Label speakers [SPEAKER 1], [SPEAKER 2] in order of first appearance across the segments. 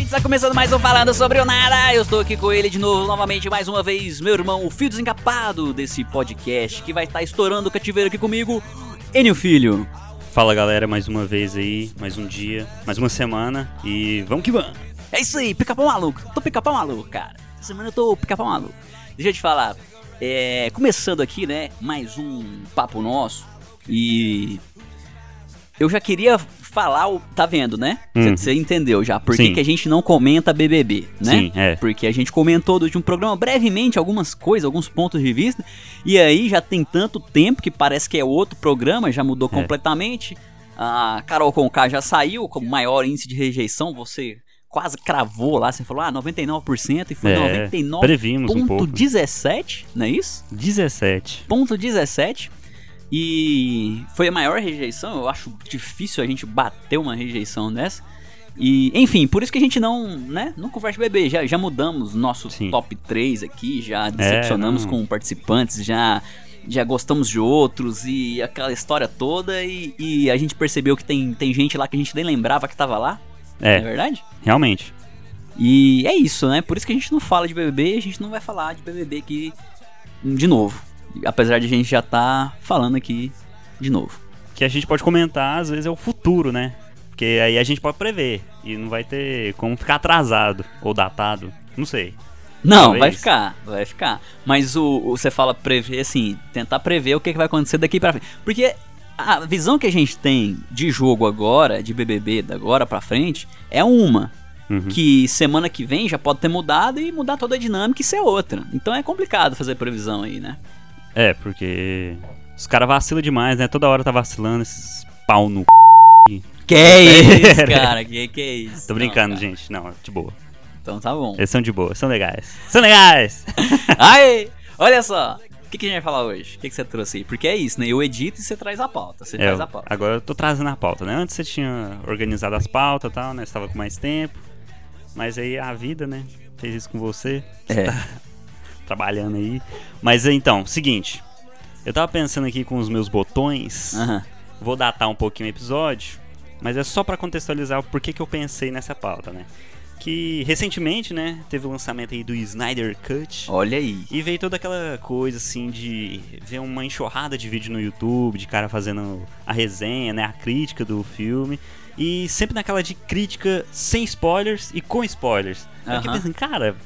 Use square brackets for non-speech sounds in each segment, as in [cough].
[SPEAKER 1] Está começando mais um Falando Sobre o Nada. Eu estou aqui com ele de novo, novamente, mais uma vez, meu irmão, o fio desencapado desse podcast, que vai estar estourando o cativeiro aqui comigo, Enio Filho.
[SPEAKER 2] Fala galera, mais uma vez aí, mais um dia, mais uma semana e vamos que vamos!
[SPEAKER 1] É isso aí, pica-pau maluco. Tô pica-pau maluco, cara. Essa semana eu tô pica-pau maluco. Deixa eu te falar. é, começando aqui, né? Mais um papo nosso. E. Eu já queria falar o. Tá vendo, né?
[SPEAKER 2] Hum.
[SPEAKER 1] Você entendeu já. Por que
[SPEAKER 2] Sim.
[SPEAKER 1] que a gente não comenta BBB, né?
[SPEAKER 2] Sim, é.
[SPEAKER 1] Porque a gente comentou durante um programa brevemente algumas coisas, alguns pontos de vista. E aí já tem tanto tempo que parece que é outro programa, já mudou
[SPEAKER 2] É.
[SPEAKER 1] completamente. A Carol Conká já saiu como maior índice de rejeição. Você quase cravou lá, você falou, ah, 99% e foi
[SPEAKER 2] É, Previmos um pouco.
[SPEAKER 1] 99.17, não é isso?
[SPEAKER 2] 17.
[SPEAKER 1] Ponto 17. E foi a maior rejeição, eu acho difícil a gente bater uma rejeição dessa. E, enfim, por isso que a gente não, né, não converte bebê, já, já mudamos nosso
[SPEAKER 2] Sim. É,
[SPEAKER 1] top 3 aqui, já decepcionamos
[SPEAKER 2] não.
[SPEAKER 1] com participantes, já já gostamos de outros e aquela história toda e, e a gente percebeu que tem, tem gente lá que a gente nem lembrava que tava lá, não é
[SPEAKER 2] É,
[SPEAKER 1] verdade?
[SPEAKER 2] realmente.
[SPEAKER 1] E é isso, né? Por isso que a gente não fala de BBB, a gente não vai falar de BBB aqui de novo. Apesar de a gente já tá falando aqui de novo.
[SPEAKER 2] Que a gente pode comentar, às vezes é o futuro, né? Porque aí a gente pode prever e não vai ter como ficar atrasado ou datado, não sei.
[SPEAKER 1] Não,
[SPEAKER 2] Talvez.
[SPEAKER 1] vai ficar, vai ficar. Mas o, o- você fala prever, assim, tentar prever o que, que vai acontecer daqui pra frente. Porque a visão que a gente tem de jogo agora, de BBB da agora pra frente, é uma.
[SPEAKER 2] Uhum.
[SPEAKER 1] Que semana que vem já pode ter mudado e mudar toda a dinâmica e ser outra. Então é complicado fazer previsão aí, né?
[SPEAKER 2] É, porque os caras vacilam demais, né? Toda hora tá vacilando esses pau no c...
[SPEAKER 1] Que é isso, cara? Que, que isso?
[SPEAKER 2] é
[SPEAKER 1] Não,
[SPEAKER 2] Tô brincando,
[SPEAKER 1] cara.
[SPEAKER 2] gente. Não, de boa.
[SPEAKER 1] Então tá
[SPEAKER 2] [laughs]
[SPEAKER 1] bom.
[SPEAKER 2] Eles são de boa, são legais. São legais!
[SPEAKER 1] Ai, olha só. O que, que a gente vai falar hoje? O que, que você trouxe aí? Porque é isso, né? Eu edito e você traz a pauta. Você
[SPEAKER 2] É,
[SPEAKER 1] traz
[SPEAKER 2] eu-
[SPEAKER 1] a pauta.
[SPEAKER 2] agora eu tô trazendo a pauta, né? Antes você tinha organizado as pautas e tal, né? Você tava com mais tempo. Mas aí a vida, né? Fez isso com você,
[SPEAKER 1] É.
[SPEAKER 2] trabalhando aí. Mas então, seguinte. Eu tava pensando aqui com os meus
[SPEAKER 1] [laughs]
[SPEAKER 2] botões.
[SPEAKER 1] Aham.
[SPEAKER 2] Vou datar um pouquinho o episódio. Mas é só pra contextualizar o porquê que eu pensei nessa pauta, né? Que recentemente, né? Teve o lançamento aí do Snyder Cut.
[SPEAKER 1] Olha aí.
[SPEAKER 2] E veio toda aquela coisa assim de ver uma enxurrada de vídeo no YouTube, de cara fazendo a resenha, né, a crítica do filme. E sempre naquela de crítica sem spoilers e com spoilers. Aí Eu fiquei
[SPEAKER 1] Aham.
[SPEAKER 2] pensando, cara,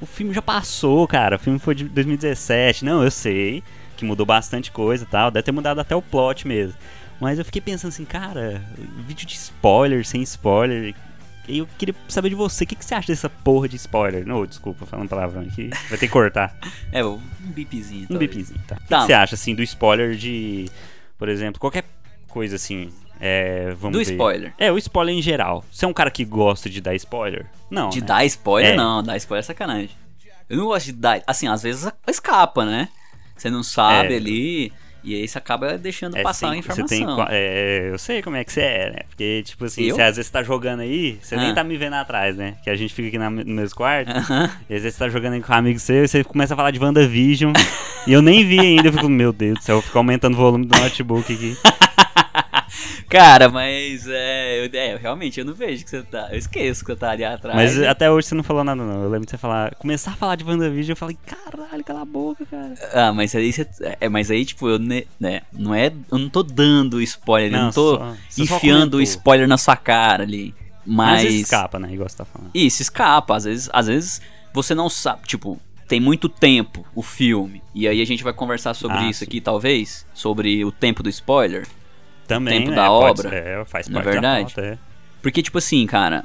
[SPEAKER 2] o filme já passou, cara. O filme foi de 2017. Não, eu sei que mudou bastante coisa e tal. Deve ter mudado até o plot mesmo. Mas eu fiquei pensando assim, cara, vídeo de spoiler, sem spoiler. E eu queria saber de você, o que, que você acha dessa porra de spoiler? Não, desculpa, falando palavrão aqui. Vai ter que cortar.
[SPEAKER 1] É, um bipzinho.
[SPEAKER 2] Um
[SPEAKER 1] talvez.
[SPEAKER 2] bipzinho, tá. O que
[SPEAKER 1] Tá.
[SPEAKER 2] que você acha, assim, do spoiler de, por exemplo, qualquer coisa assim, é, vamos
[SPEAKER 1] Do
[SPEAKER 2] ver.
[SPEAKER 1] spoiler.
[SPEAKER 2] É, o spoiler em geral. Você é um cara que gosta de dar spoiler? Não,
[SPEAKER 1] De
[SPEAKER 2] né?
[SPEAKER 1] dar spoiler,
[SPEAKER 2] É.
[SPEAKER 1] não. Dar spoiler é sacanagem. Eu não gosto de dar. Assim, às vezes escapa, né? Você não sabe
[SPEAKER 2] É.
[SPEAKER 1] ali. E aí você acaba deixando
[SPEAKER 2] É,
[SPEAKER 1] passar a
[SPEAKER 2] sem-
[SPEAKER 1] informação.
[SPEAKER 2] Você tem, qua- é, eu sei como é que você é, né? Porque, tipo assim,
[SPEAKER 1] Eu?
[SPEAKER 2] você, às vezes você tá jogando aí, você
[SPEAKER 1] Ah.
[SPEAKER 2] nem tá me vendo atrás, né? Que a gente fica aqui na, no mesmo
[SPEAKER 1] [laughs]
[SPEAKER 2] quarto,
[SPEAKER 1] Aham.
[SPEAKER 2] e às vezes você tá jogando aí com um amigo seu, e você começa a falar de WandaVision, [laughs] e eu nem vi ainda, eu fico, meu Deus do céu, eu fico aumentando o volume do notebook aqui.
[SPEAKER 1] Cara, mas é eu, é, eu realmente eu não vejo que você tá. Eu esqueço que você tá ali atrás.
[SPEAKER 2] Mas
[SPEAKER 1] né?
[SPEAKER 2] até hoje você não falou nada, não. Eu lembro de você falar. Começar a falar de WandaVision, eu falei, caralho, cala a boca, cara.
[SPEAKER 1] Ah, mas aí você. É, mas aí, tipo, eu ne- né, não é. Eu não tô dando spoiler, eu não tô
[SPEAKER 2] só- você só
[SPEAKER 1] enfiando o
[SPEAKER 2] comentou.
[SPEAKER 1] spoiler na sua cara ali. Mas.
[SPEAKER 2] Mas isso escapa, né? Igual você tá falando.
[SPEAKER 1] Isso, escapa. Às vezes, às vezes você não sabe. Tipo, tem muito tempo o filme. E aí a gente vai conversar sobre
[SPEAKER 2] Ah,
[SPEAKER 1] isso
[SPEAKER 2] sim.
[SPEAKER 1] aqui, talvez. Sobre o tempo do spoiler.
[SPEAKER 2] Também,
[SPEAKER 1] tempo
[SPEAKER 2] né?
[SPEAKER 1] da
[SPEAKER 2] pode-
[SPEAKER 1] obra,
[SPEAKER 2] É, faz
[SPEAKER 1] na
[SPEAKER 2] parte
[SPEAKER 1] verdade.
[SPEAKER 2] da pauta, é.
[SPEAKER 1] Porque, tipo assim, cara,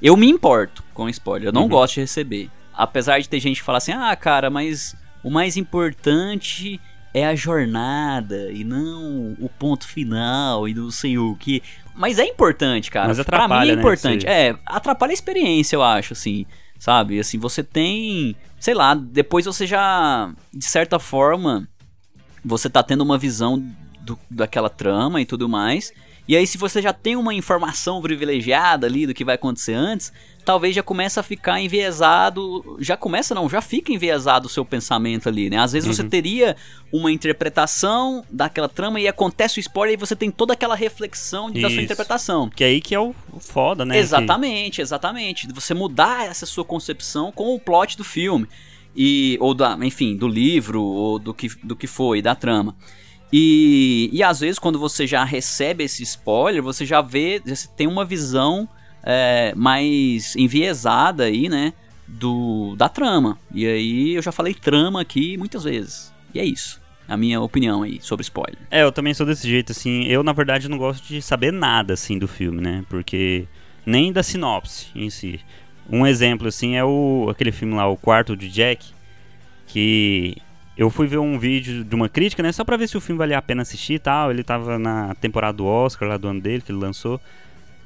[SPEAKER 1] eu me importo com spoiler, eu não
[SPEAKER 2] Uhum.
[SPEAKER 1] gosto de receber. Apesar de ter gente que fala assim, ah, cara, mas o mais importante é a jornada e não o ponto final e não sei o que. Mas é importante, cara.
[SPEAKER 2] Mas
[SPEAKER 1] pra mim é
[SPEAKER 2] atrapalha, né,
[SPEAKER 1] importante.
[SPEAKER 2] esse-
[SPEAKER 1] É, atrapalha a experiência, eu acho, assim. Sabe? Assim, você tem. Sei lá, depois você já. De certa forma você tá tendo uma visão do- daquela trama e tudo mais. E aí, se você já tem uma informação privilegiada ali do que vai acontecer antes, talvez já começa a ficar enviesado, já começa não, já fica enviesado o seu pensamento ali, né? Às vezes você
[SPEAKER 2] Uhum.
[SPEAKER 1] teria uma interpretação daquela trama e acontece o spoiler e você tem toda aquela reflexão da
[SPEAKER 2] Isso.
[SPEAKER 1] sua interpretação.
[SPEAKER 2] Que aí que é o o foda, né? que-
[SPEAKER 1] Exatamente, exatamente. De Você mudar essa sua concepção com o plot do filme. E, ou da, enfim, do livro, ou do que, do que foi, da trama. E, e às vezes, quando você já recebe esse spoiler, você já vê, já se tem uma visão é, mais enviesada aí, né? Do, da trama. E aí eu já falei trama aqui muitas vezes. E é isso. A minha opinião aí sobre spoiler.
[SPEAKER 2] É, eu também sou desse jeito, assim. Eu, na verdade, não gosto de saber nada, assim, do filme, né? Porque. Nem da sinopse em si. Um exemplo, assim, é o aquele filme lá, O Quarto de Jack. Que eu fui ver um vídeo de uma crítica, né? Só pra ver se o filme valia a pena assistir e tal. Ele tava na temporada do Oscar, lá do ano dele, que ele lançou.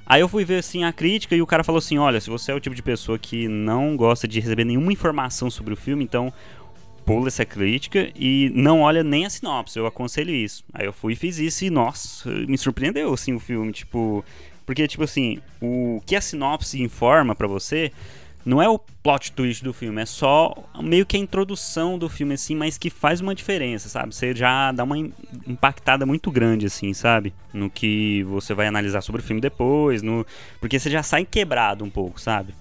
[SPEAKER 2] Aí eu fui ver, assim, a crítica e o cara falou assim: olha, se você é o tipo de pessoa que não gosta de receber nenhuma informação sobre o filme, então pula essa crítica e não olha nem a sinopse, eu aconselho isso. Aí eu fui e fiz isso e, nossa, me surpreendeu, assim, o filme, tipo... Porque, tipo assim, o que a sinopse informa pra você não é o plot twist do filme, é só meio que a introdução do filme, assim, mas que faz uma diferença, sabe? Você já dá uma im- impactada muito grande, assim, sabe? No que você vai analisar sobre o filme depois, no... Porque você já sai quebrado um pouco, sabe?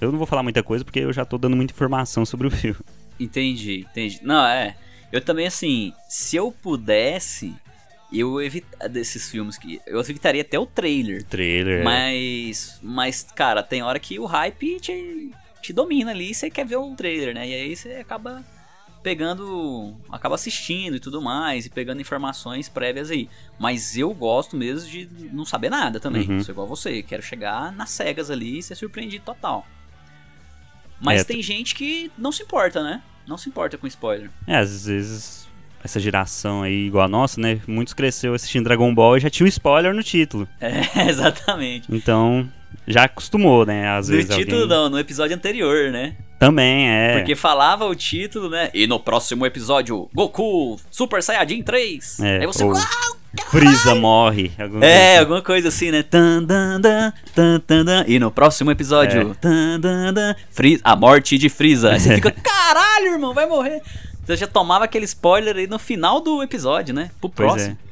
[SPEAKER 2] Eu não vou falar muita coisa porque eu já tô dando muita informação sobre o filme. [laughs]
[SPEAKER 1] Entendi, entendi. Não, é. Eu também, assim, se eu pudesse, eu evitaria desses filmes que. Eu evitaria até o trailer.
[SPEAKER 2] Trailer. é.
[SPEAKER 1] Mas. Mas, cara, tem hora que o hype te, te domina ali e você quer ver o trailer, né? E aí você acaba pegando. acaba assistindo e tudo mais, e pegando informações prévias aí. Mas eu gosto mesmo de não saber nada também.
[SPEAKER 2] Uhum.
[SPEAKER 1] Sou igual você. Quero chegar nas cegas ali e ser surpreendido total. Mas
[SPEAKER 2] É,
[SPEAKER 1] tem gente que não se importa, né? Não se importa com spoiler. [laughs]
[SPEAKER 2] É, às vezes essa geração aí igual a nossa, né? Muitos cresceu assistindo Dragon Ball e já tinha o spoiler no título.
[SPEAKER 1] É, exatamente.
[SPEAKER 2] Então, já acostumou, né? Às
[SPEAKER 1] No
[SPEAKER 2] vezes
[SPEAKER 1] título
[SPEAKER 2] alguém...
[SPEAKER 1] não, no episódio anterior, né?
[SPEAKER 2] Também é.
[SPEAKER 1] Porque falava o título, né? E no próximo episódio, Goku Super Saiyajin 3.
[SPEAKER 2] É,
[SPEAKER 1] Aí você.
[SPEAKER 2] ou-
[SPEAKER 1] "Ah!"
[SPEAKER 2] Frieza morre. alguma
[SPEAKER 1] É,
[SPEAKER 2] coisa assim.
[SPEAKER 1] alguma coisa assim, né? Tan, dan, dan, tan, tan, dan. E no próximo
[SPEAKER 2] É.
[SPEAKER 1] episódio, tan, dan, dan, Fri- a morte de Freeza. Aí você
[SPEAKER 2] [laughs]
[SPEAKER 1] fica, caralho, irmão, vai morrer. Você já tomava aquele spoiler aí no final do episódio, né? Pro
[SPEAKER 2] Pois
[SPEAKER 1] próximo. [laughs]
[SPEAKER 2] é.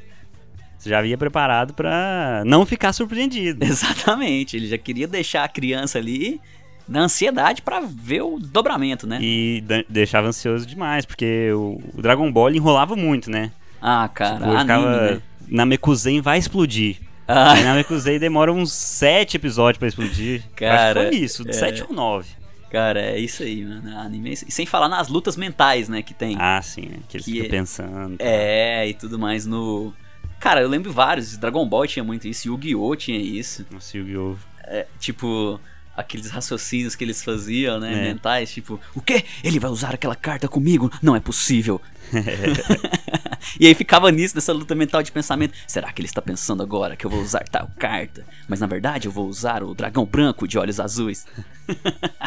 [SPEAKER 2] Você já havia preparado pra não ficar surpreendido.
[SPEAKER 1] [laughs]
[SPEAKER 2] né?
[SPEAKER 1] Exatamente. Ele já queria deixar a criança ali na ansiedade pra ver o dobramento, né?
[SPEAKER 2] E da- deixava ansioso demais, porque o, o Dragon Ball ele enrolava muito, né?
[SPEAKER 1] Ah, cara,
[SPEAKER 2] Tipo, eu
[SPEAKER 1] anime,
[SPEAKER 2] ficava.
[SPEAKER 1] né?
[SPEAKER 2] Namekuzen vai explodir.
[SPEAKER 1] Ah,
[SPEAKER 2] Aí Namekuzen demora uns sete episódios pra explodir.
[SPEAKER 1] Cara,
[SPEAKER 2] Acho que foi isso,
[SPEAKER 1] é.
[SPEAKER 2] 7 ou 9.
[SPEAKER 1] Cara, é isso aí, mano. Anime é isso. E sem falar nas lutas mentais, né, que tem.
[SPEAKER 2] Ah, sim, né? que eles
[SPEAKER 1] Que
[SPEAKER 2] ficam
[SPEAKER 1] é-
[SPEAKER 2] pensando.
[SPEAKER 1] É, e tudo mais no. Cara, eu lembro vários. Dragon Ball tinha muito isso, Yu-Gi-Oh! tinha isso.
[SPEAKER 2] No Yu-Gi-Oh!
[SPEAKER 1] Tipo, aqueles raciocínios que eles faziam, né?
[SPEAKER 2] É.
[SPEAKER 1] Mentais, tipo, o quê? Ele vai usar aquela carta comigo? Não é
[SPEAKER 2] [laughs]
[SPEAKER 1] possível. e aí ficava nisso, nessa luta mental de pensamento. Será que ele está pensando agora que eu vou usar tal carta? Mas na verdade eu vou usar o dragão branco de olhos azuis. [laughs]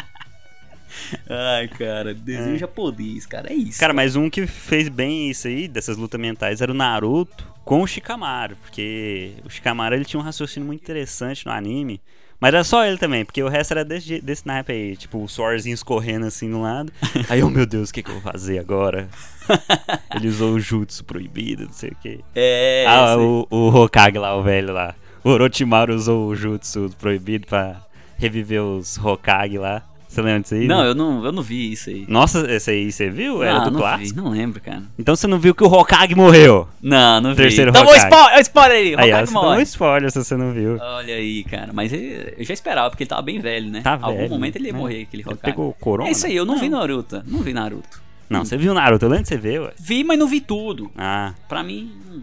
[SPEAKER 1] Ai, cara, desenho japonês, cara, é isso.
[SPEAKER 2] Cara, mas um que fez bem isso aí, dessas lutas mentais, era o Naruto com o Shikamaru. Porque o Shikamaru ele tinha um raciocínio muito interessante no anime. Mas era só ele também, porque o resto era desse, je- desse naipe aí. Tipo, o suorzinho escorrendo assim
[SPEAKER 1] [laughs]
[SPEAKER 2] no lado. Aí, oh meu Deus, o que, que eu vou fazer agora? [laughs] ele usou o jutsu proibido, não sei o quê.
[SPEAKER 1] É,
[SPEAKER 2] ah,
[SPEAKER 1] isso aí.
[SPEAKER 2] o, o Hokage lá, o velho lá. O Orochimaru usou o jutsu proibido pra reviver os Hokage lá. Você lembra disso aí?
[SPEAKER 1] Não,
[SPEAKER 2] né?
[SPEAKER 1] eu não, eu não vi isso aí.
[SPEAKER 2] Nossa, esse aí você viu? Era
[SPEAKER 1] ah,
[SPEAKER 2] do
[SPEAKER 1] não
[SPEAKER 2] clássico?
[SPEAKER 1] vi, não lembro, cara.
[SPEAKER 2] Então você não viu que o Hokage morreu?
[SPEAKER 1] Não, não vi.
[SPEAKER 2] Terceiro
[SPEAKER 1] Tomou
[SPEAKER 2] Hokage.
[SPEAKER 1] spoiler, spoiler aí,
[SPEAKER 2] Aí, ó,
[SPEAKER 1] Hokage
[SPEAKER 2] você tá tomou
[SPEAKER 1] morre.
[SPEAKER 2] spoiler se você não viu.
[SPEAKER 1] Olha aí, cara, mas ele- eu já esperava, porque ele tava bem velho, né?
[SPEAKER 2] Tá
[SPEAKER 1] Algum
[SPEAKER 2] velho,
[SPEAKER 1] momento ele ia
[SPEAKER 2] né?
[SPEAKER 1] morrer, aquele
[SPEAKER 2] Ele
[SPEAKER 1] Hokage.
[SPEAKER 2] pegou o corona?
[SPEAKER 1] É isso aí, eu não, vi Naruto, não vi Naruto.
[SPEAKER 2] Não, você viu Naruto, eu lembro que você viu. ué.
[SPEAKER 1] Vi, mas não vi tudo.
[SPEAKER 2] Ah,
[SPEAKER 1] Pra mim, hum,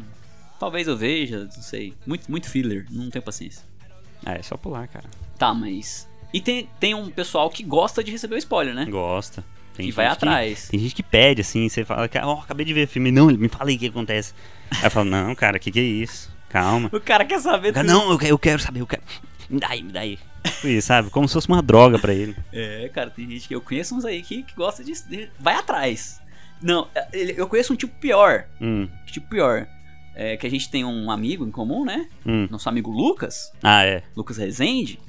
[SPEAKER 1] talvez eu veja, não sei. Muito, muito filler, não tenho paciência.
[SPEAKER 2] ah, é só pular, cara.
[SPEAKER 1] Tá, mas... E tem, tem um pessoal que gosta de receber o spoiler, né?
[SPEAKER 2] Gosta. Tem
[SPEAKER 1] Que
[SPEAKER 2] gente
[SPEAKER 1] vai atrás.
[SPEAKER 2] Tem gente que pede, assim, você fala, cara, ó, acabei de ver o filme. Não, ele me fala aí o que acontece. Aí eu falo, não, cara, o que, que é isso? Calma.
[SPEAKER 1] O cara quer saber
[SPEAKER 2] O cara, não, eu quero, eu quero saber, eu quero. Me dá aí, me dá aí. Tipo isso, sabe? Como se fosse uma droga pra ele.
[SPEAKER 1] É, cara, tem gente que eu conheço uns aí que, que gosta de, de- Vai atrás. Não, ele- eu conheço um tipo pior.
[SPEAKER 2] Hum,
[SPEAKER 1] Tipo pior. É, que a gente tem um amigo em comum, né?
[SPEAKER 2] hum.
[SPEAKER 1] Nosso amigo Lucas,
[SPEAKER 2] Ah, é.
[SPEAKER 1] Lucas Rezende.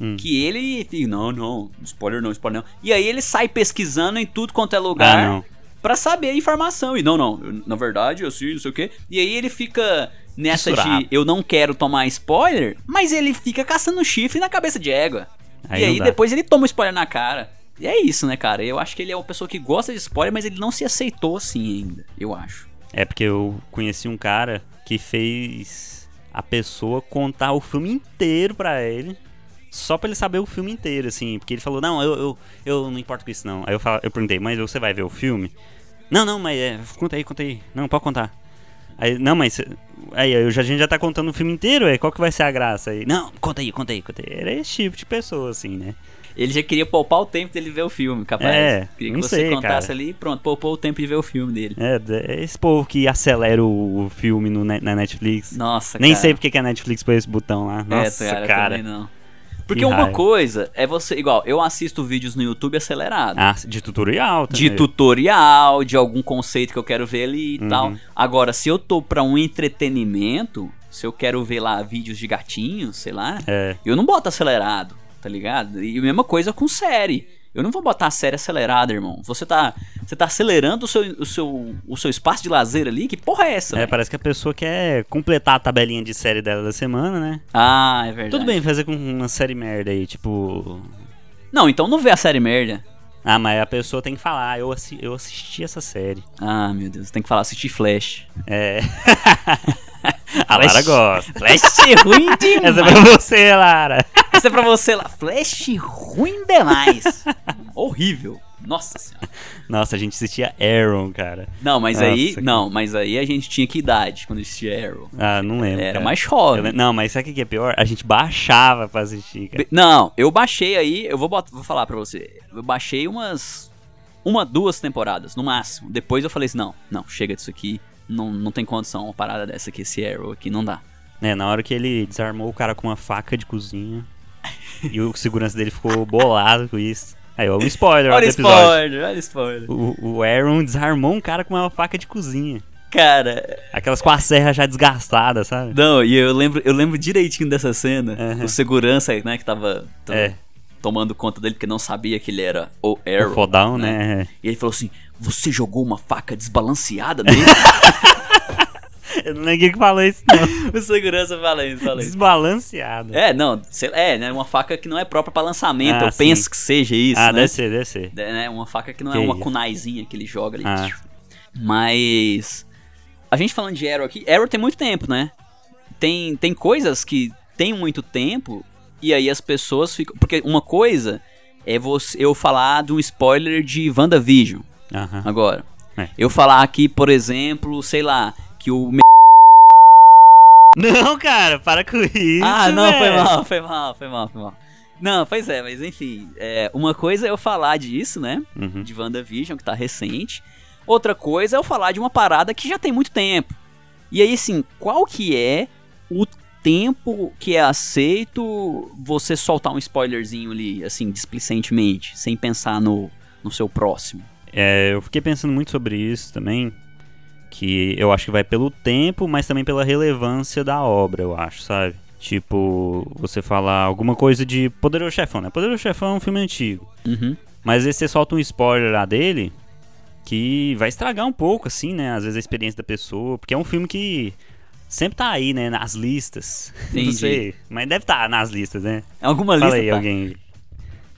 [SPEAKER 2] Hum.
[SPEAKER 1] Que ele. e Não, não, spoiler não, spoiler não. E aí ele sai pesquisando em tudo quanto é lugar.
[SPEAKER 2] Ah, não.
[SPEAKER 1] Pra saber a informação. E não, não, eu- na verdade, eu sei, não sei o quê. E aí ele fica nessa
[SPEAKER 2] Fissurado.
[SPEAKER 1] de eu não quero tomar spoiler, mas ele fica caçando chifre na cabeça de égua.
[SPEAKER 2] Aí
[SPEAKER 1] e
[SPEAKER 2] não
[SPEAKER 1] aí
[SPEAKER 2] dá.
[SPEAKER 1] depois ele toma um spoiler na cara. E é isso, né, cara? Eu acho que ele é uma pessoa que gosta de spoiler, mas ele não se aceitou assim ainda, eu acho.
[SPEAKER 2] É porque eu conheci um cara que fez a pessoa contar o filme inteiro pra ele. Só pra ele saber o filme inteiro, assim. Porque ele falou, não, eu, eu, eu não importo com isso, não. Aí eu, falo, eu perguntei, mas você vai ver o filme? Não, não, mas é, conta aí, conta aí. Não, pode contar. Aí, não, mas. cê- Aí eu já- a gente já tá contando o filme inteiro, aí qual que vai ser a graça aí? Não, conta aí, conta aí, conta aí. Era esse tipo de pessoa, assim, né?
[SPEAKER 1] Ele já queria poupar o tempo dele ver o filme, capaz.
[SPEAKER 2] É,
[SPEAKER 1] queria
[SPEAKER 2] não
[SPEAKER 1] que você
[SPEAKER 2] sei,
[SPEAKER 1] contasse
[SPEAKER 2] cara.
[SPEAKER 1] ali e pronto, poupou o tempo de ver o filme dele.
[SPEAKER 2] É, é esse povo que acelera o, o filme no, ne- na Netflix.
[SPEAKER 1] Nossa,
[SPEAKER 2] Nem
[SPEAKER 1] cara.
[SPEAKER 2] sei porque que a Netflix pôs esse botão lá. Nossa,
[SPEAKER 1] é,
[SPEAKER 2] cara.
[SPEAKER 1] eu também não. Porque
[SPEAKER 2] Que
[SPEAKER 1] uma
[SPEAKER 2] raiva.
[SPEAKER 1] coisa é você. Igual, eu assisto vídeos no YouTube acelerado.
[SPEAKER 2] Ah, de tutorial também.
[SPEAKER 1] de tutorial, de algum conceito que eu quero ver ali e
[SPEAKER 2] Uhum.
[SPEAKER 1] tal. Agora, se eu tô pra um entretenimento, se eu quero ver lá vídeos de gatinhos, sei lá,
[SPEAKER 2] É,
[SPEAKER 1] eu não boto acelerado, tá ligado? E a mesma coisa com série. Eu não vou botar a série acelerada, irmão. Você tá, você tá acelerando o seu, o, seu, o seu espaço de lazer ali? Que porra é essa?
[SPEAKER 2] é,
[SPEAKER 1] velho?
[SPEAKER 2] parece que a pessoa quer completar a tabelinha de série dela da semana, né?
[SPEAKER 1] Ah, é verdade.
[SPEAKER 2] Tudo bem fazer com uma série merda aí, tipo...
[SPEAKER 1] Não, então não vê a série merda.
[SPEAKER 2] Ah, mas a pessoa tem que falar, "Ah, eu, assi- eu assisti
[SPEAKER 1] [laughs]
[SPEAKER 2] essa série.
[SPEAKER 1] Ah, meu Deus, tem que falar assistir Flash.
[SPEAKER 2] É... a Lara
[SPEAKER 1] Flash. [laughs]
[SPEAKER 2] gosta.
[SPEAKER 1] Flash [laughs] ruim
[SPEAKER 2] Essa é
[SPEAKER 1] demais.
[SPEAKER 2] pra você, Lara.
[SPEAKER 1] Essa é pra você lá. Flash ruim demais. [laughs] Horrível. Nossa senhora.
[SPEAKER 2] Nossa, a gente assistia Aaron, cara.
[SPEAKER 1] Não, mas aí.
[SPEAKER 2] Nossa, que-
[SPEAKER 1] Não, mas aí a gente tinha que idade quando existia Arrow.
[SPEAKER 2] Ah, não lembro,
[SPEAKER 1] Era
[SPEAKER 2] cara.
[SPEAKER 1] mais
[SPEAKER 2] Eu
[SPEAKER 1] jovem.
[SPEAKER 2] lem- Não, mas sabe o que que é pior? A gente baixava pra assistir, cara.
[SPEAKER 1] Be- Não, eu baixei aí, eu vou, bot- vou falar pra você. Eu baixei umas. Uma, duas temporadas, no máximo. Depois eu falei assim: não, não, chega disso aqui. Não, não tem condição uma parada dessa aqui, esse Arrow aqui, não dá.
[SPEAKER 2] É, na hora que ele desarmou o cara com uma faca de cozinha. [laughs] e o segurança dele ficou bolado com isso. Aí, ó, um spoiler ó, do
[SPEAKER 1] Olha o
[SPEAKER 2] episódio.
[SPEAKER 1] spoiler, olha o spoiler.
[SPEAKER 2] O, o Aaron desarmou um cara com uma faca de cozinha.
[SPEAKER 1] Cara,
[SPEAKER 2] Aquelas com a serra já desgastada, sabe?
[SPEAKER 1] não, e eu lembro, eu lembro direitinho dessa cena.
[SPEAKER 2] Aham.
[SPEAKER 1] O segurança, né, que tava, tava
[SPEAKER 2] É,
[SPEAKER 1] tomando conta dele, porque não sabia que ele era o
[SPEAKER 2] o
[SPEAKER 1] Arrow.
[SPEAKER 2] fodão, né?
[SPEAKER 1] E ele falou assim: Você jogou uma faca desbalanceada
[SPEAKER 2] [laughs]
[SPEAKER 1] nele?
[SPEAKER 2] Eu não lembro quem que falou isso,
[SPEAKER 1] [laughs]
[SPEAKER 2] não.
[SPEAKER 1] o segurança fala isso, fala isso.
[SPEAKER 2] Desbalanceado.
[SPEAKER 1] É, não, sei lá, é, né? Uma faca que não é própria pra lançamento,
[SPEAKER 2] Ah,
[SPEAKER 1] eu
[SPEAKER 2] sim.
[SPEAKER 1] penso que seja isso.
[SPEAKER 2] ah,
[SPEAKER 1] né?
[SPEAKER 2] deve ser, deve ser.
[SPEAKER 1] É, né, Uma faca que não
[SPEAKER 2] Que
[SPEAKER 1] é uma
[SPEAKER 2] isso.
[SPEAKER 1] kunaizinha que ele joga ali.
[SPEAKER 2] Ah.
[SPEAKER 1] Mas. A gente falando de Arrow aqui, Arrow tem muito tempo, né? Tem, tem coisas que tem muito tempo e aí as pessoas ficam. Porque uma coisa é você, eu falar de um spoiler de WandaVision.
[SPEAKER 2] Aham.
[SPEAKER 1] agora.
[SPEAKER 2] É.
[SPEAKER 1] Eu falar aqui, por exemplo, sei lá, que o. me-
[SPEAKER 2] Não, cara, para com isso.
[SPEAKER 1] ah, não, foi
[SPEAKER 2] velho.
[SPEAKER 1] mal, foi mal, foi mal, foi mal. Não, pois é, mas enfim, é, uma coisa é eu falar disso, né?
[SPEAKER 2] Uhum.
[SPEAKER 1] De WandaVision, que tá recente. Outra coisa é eu falar de uma parada que já tem muito tempo. E aí, assim, qual que é o tempo que é aceito você soltar um spoilerzinho ali, assim, displicentemente, sem pensar no, no seu próximo?
[SPEAKER 2] É, eu fiquei pensando muito sobre isso também. Que eu acho que vai pelo tempo, mas também pela relevância da obra, eu acho, sabe? Tipo, você falar alguma coisa de Poderoso Chefão, né? Poderoso Chefão é um filme antigo.
[SPEAKER 1] Uhum.
[SPEAKER 2] Mas às vezes você solta um spoiler lá dele que vai estragar um pouco, assim, né? Às vezes a experiência da pessoa. Porque é um filme que sempre tá aí, né? Nas listas. [laughs] Não
[SPEAKER 1] Entendi.
[SPEAKER 2] sei. Mas deve estar nas listas, né?
[SPEAKER 1] Alguma
[SPEAKER 2] Fala
[SPEAKER 1] lista
[SPEAKER 2] aí,
[SPEAKER 1] tá?
[SPEAKER 2] alguém.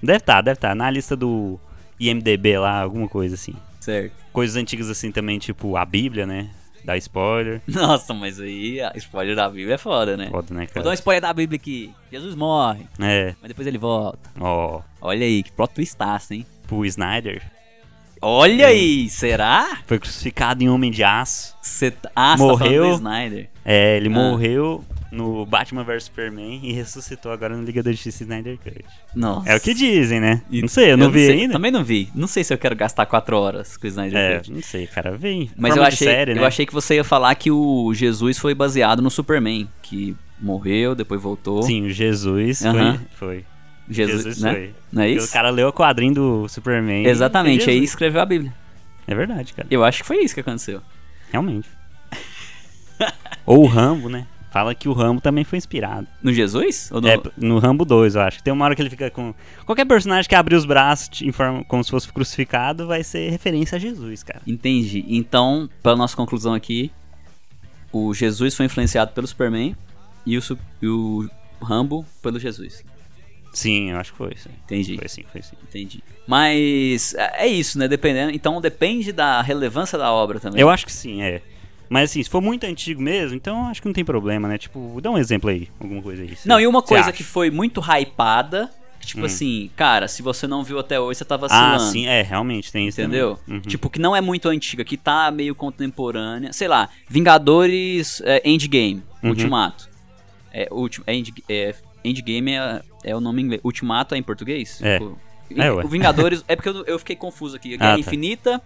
[SPEAKER 2] Deve estar, deve estar. Na lista do IMDB lá, alguma coisa assim.
[SPEAKER 1] Certo. [laughs]
[SPEAKER 2] Coisas antigas assim também, tipo a Bíblia, né? Dá spoiler.
[SPEAKER 1] Nossa, mas aí a spoiler da Bíblia é foda, né?
[SPEAKER 2] Foda, né,
[SPEAKER 1] Vou dar um
[SPEAKER 2] cara?
[SPEAKER 1] spoiler da Bíblia aqui. Jesus morre,
[SPEAKER 2] É,
[SPEAKER 1] mas depois ele volta.
[SPEAKER 2] ó.
[SPEAKER 1] Olha aí, que plot twistaço, hein?
[SPEAKER 2] Pro Snyder. É.
[SPEAKER 1] Olha aí, será?
[SPEAKER 2] Foi crucificado em Homem de Aço.
[SPEAKER 1] Cê tá... Ah, Você tá
[SPEAKER 2] Morreu.
[SPEAKER 1] falando do Snyder.
[SPEAKER 2] É, ele
[SPEAKER 1] Ah.
[SPEAKER 2] morreu no Batman vs Superman e ressuscitou agora no Liga da Justiça Snyder Cut.
[SPEAKER 1] Nossa.
[SPEAKER 2] É o que dizem, né?
[SPEAKER 1] E-
[SPEAKER 2] Não sei, eu não, vi
[SPEAKER 1] sei,
[SPEAKER 2] ainda.
[SPEAKER 1] Também não vi. Não sei se eu quero gastar quatro horas com o Snyder
[SPEAKER 2] É,
[SPEAKER 1] Cut.
[SPEAKER 2] não sei, cara. Vem.
[SPEAKER 1] Mas
[SPEAKER 2] Forma
[SPEAKER 1] eu
[SPEAKER 2] de
[SPEAKER 1] achei,
[SPEAKER 2] série,
[SPEAKER 1] eu
[SPEAKER 2] né?
[SPEAKER 1] achei que você ia falar que o Jesus foi baseado no Superman, que morreu, depois voltou.
[SPEAKER 2] Sim, o Jesus
[SPEAKER 1] Aham.
[SPEAKER 2] foi. Foi.
[SPEAKER 1] Jesus,
[SPEAKER 2] Jesus
[SPEAKER 1] né?
[SPEAKER 2] foi.
[SPEAKER 1] Não é
[SPEAKER 2] Porque
[SPEAKER 1] isso?
[SPEAKER 2] O cara leu o quadrinho do Superman.
[SPEAKER 1] Exatamente, aí
[SPEAKER 2] é
[SPEAKER 1] escreveu a Bíblia.
[SPEAKER 2] É verdade, cara.
[SPEAKER 1] Eu acho que foi isso que aconteceu.
[SPEAKER 2] Realmente. [laughs] Ou o Rambo, né? Fala que o Rambo também foi inspirado.
[SPEAKER 1] No Jesus? Ou no...
[SPEAKER 2] É, no Rambo 2, eu acho. Tem uma hora que ele fica com. Qualquer personagem que abrir os braços te informa- como se fosse crucificado vai ser referência a Jesus, cara.
[SPEAKER 1] Entendi. Então, pra nossa conclusão aqui, o Jesus foi influenciado pelo Superman e o, Su- e o Rambo pelo Jesus.
[SPEAKER 2] Sim, eu acho que foi. Sim.
[SPEAKER 1] Entendi.
[SPEAKER 2] Foi sim, foi sim.
[SPEAKER 1] Entendi. Mas é é isso, né? Dependendo. Então depende da relevância da obra também.
[SPEAKER 2] Eu acho que sim, é. Mas assim, se for muito antigo mesmo, então acho que não tem problema, né? Tipo, dá um exemplo aí, alguma coisa aí.
[SPEAKER 1] Não, e uma
[SPEAKER 2] Cê
[SPEAKER 1] coisa
[SPEAKER 2] acha?
[SPEAKER 1] que foi muito hypada, que, tipo
[SPEAKER 2] Hum.
[SPEAKER 1] assim, cara, se você não viu até hoje, você tá vacilando.
[SPEAKER 2] Ah, sim, é, realmente tem isso
[SPEAKER 1] Entendeu?
[SPEAKER 2] também. Uhum.
[SPEAKER 1] Tipo, que não é muito antiga, que tá meio contemporânea. Sei lá, Vingadores é, Endgame,
[SPEAKER 2] Uhum.
[SPEAKER 1] Ultimato. É, ulti é, End- é, Endgame é, é o nome em inglês. Ultimato é em português?
[SPEAKER 2] É.
[SPEAKER 1] Tipo,
[SPEAKER 2] É, ué.
[SPEAKER 1] o Vingadores. é porque eu, eu fiquei confuso
[SPEAKER 2] [laughs]
[SPEAKER 1] aqui. Guerra
[SPEAKER 2] tá.
[SPEAKER 1] Infinita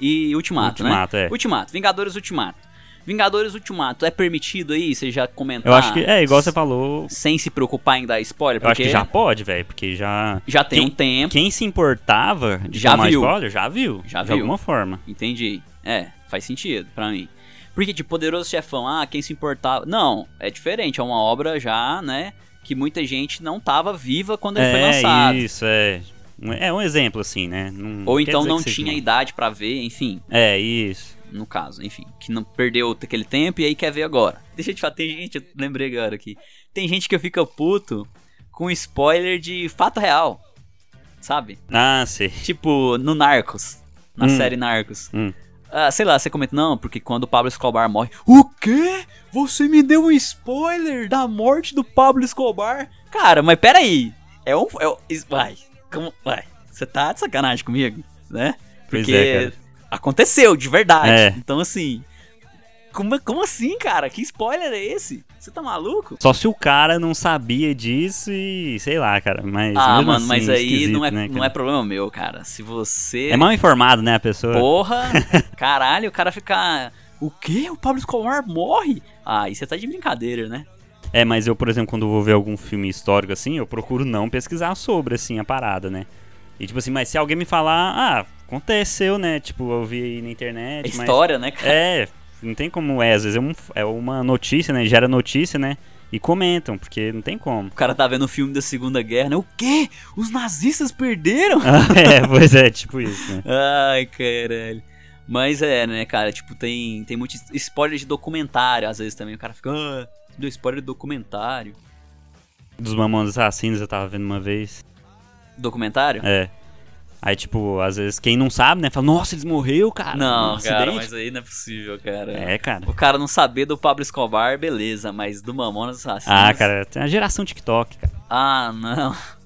[SPEAKER 1] e Ultimato, né?
[SPEAKER 2] Ultimato, é.
[SPEAKER 1] Ultimato, Vingadores Ultimato. Vingadores Ultimato é permitido aí? Você já comentar?
[SPEAKER 2] Eu acho que, é, igual você falou,
[SPEAKER 1] Sem se preocupar em dar spoiler,
[SPEAKER 2] eu acho
[SPEAKER 1] porque
[SPEAKER 2] que já pode, velho, porque já...
[SPEAKER 1] já tem
[SPEAKER 2] Quem-
[SPEAKER 1] um tempo.
[SPEAKER 2] Quem se importava de
[SPEAKER 1] Já
[SPEAKER 2] tomar
[SPEAKER 1] viu.
[SPEAKER 2] spoiler, já viu.
[SPEAKER 1] Já
[SPEAKER 2] de
[SPEAKER 1] viu.
[SPEAKER 2] alguma forma.
[SPEAKER 1] Entendi. É, faz sentido pra mim. Porque de Poderoso Chefão, ah, quem se importava. Não, é diferente, é uma obra já, né? Que muita gente não tava viva quando ele foi
[SPEAKER 2] é,
[SPEAKER 1] lançado.
[SPEAKER 2] isso, é. Um- É um exemplo, assim, né? Não-
[SPEAKER 1] Ou
[SPEAKER 2] quer
[SPEAKER 1] então
[SPEAKER 2] dizer
[SPEAKER 1] não
[SPEAKER 2] que seja
[SPEAKER 1] tinha
[SPEAKER 2] uma-
[SPEAKER 1] idade pra ver, enfim,
[SPEAKER 2] É, isso.
[SPEAKER 1] no caso, enfim, que não perdeu aquele tempo e aí quer ver agora. [laughs] Deixa eu te falar, tem gente, eu lembrei agora aqui. Tem gente que fica puto com spoiler de fato real. Sabe?
[SPEAKER 2] Ah, sei.
[SPEAKER 1] Tipo, no Narcos. Na
[SPEAKER 2] Hum.
[SPEAKER 1] série Narcos.
[SPEAKER 2] Hum.
[SPEAKER 1] Ah, sei lá, você comenta, não, porque quando o Pablo Escobar morre. O quê? Você me deu um spoiler da morte do Pablo Escobar? Cara, mas peraí. É um. É um isso- vai, como. Vai. Você tá de sacanagem comigo, né?
[SPEAKER 2] Pois
[SPEAKER 1] Porque
[SPEAKER 2] é, cara.
[SPEAKER 1] aconteceu, de verdade.
[SPEAKER 2] É.
[SPEAKER 1] Então assim. Como, como assim, cara? Que spoiler é esse? Você tá maluco?
[SPEAKER 2] Só se o cara não sabia disso e sei lá, cara. Mas
[SPEAKER 1] ah,
[SPEAKER 2] mesmo
[SPEAKER 1] mano,
[SPEAKER 2] assim,
[SPEAKER 1] mas aí não é,
[SPEAKER 2] esquisito, né,
[SPEAKER 1] não é
[SPEAKER 2] cara?
[SPEAKER 1] problema meu, cara. Se você.
[SPEAKER 2] É mal informado, né, a pessoa? [laughs]
[SPEAKER 1] Porra! caralho, o cara fica. O quê? O Pablo Escobar morre? Ah, isso tá de brincadeira, né?
[SPEAKER 2] É, mas eu, por exemplo, quando vou ver algum filme histórico assim, eu procuro não pesquisar sobre, assim, a parada, né? E tipo assim, mas se alguém me falar, ah, aconteceu, né? Tipo, eu vi aí na
[SPEAKER 1] É
[SPEAKER 2] internet, mas.
[SPEAKER 1] história, né, cara?
[SPEAKER 2] É, não tem como é, às vezes é, um- é uma notícia, né? Gera notícia, né? E comentam, porque não tem como. [laughs]
[SPEAKER 1] O cara tá vendo o filme da Segunda Guerra, né? O quê? Os nazistas perderam?
[SPEAKER 2] Ah, é, pois é, tipo isso, né?
[SPEAKER 1] Ai, caralho. Mas é, né, cara? Tipo, tem, tem muito spoiler de documentário, às vezes também. O cara fica. Ah, deu spoiler de documentário.
[SPEAKER 2] Dos Mamonas Assassinos eu tava vendo uma vez.
[SPEAKER 1] Documentário?
[SPEAKER 2] É. Aí, tipo, às vezes quem não sabe, né? Fala, nossa, eles morreu, cara.
[SPEAKER 1] não,
[SPEAKER 2] num
[SPEAKER 1] cara,
[SPEAKER 2] acidente."
[SPEAKER 1] mas aí não é possível, cara.
[SPEAKER 2] É, cara.
[SPEAKER 1] O cara não saber do Pablo Escobar, beleza, mas do Mamonas Assassinas.
[SPEAKER 2] Ah, cara, tem a geração TikTok, cara.
[SPEAKER 1] Ah, não. [laughs]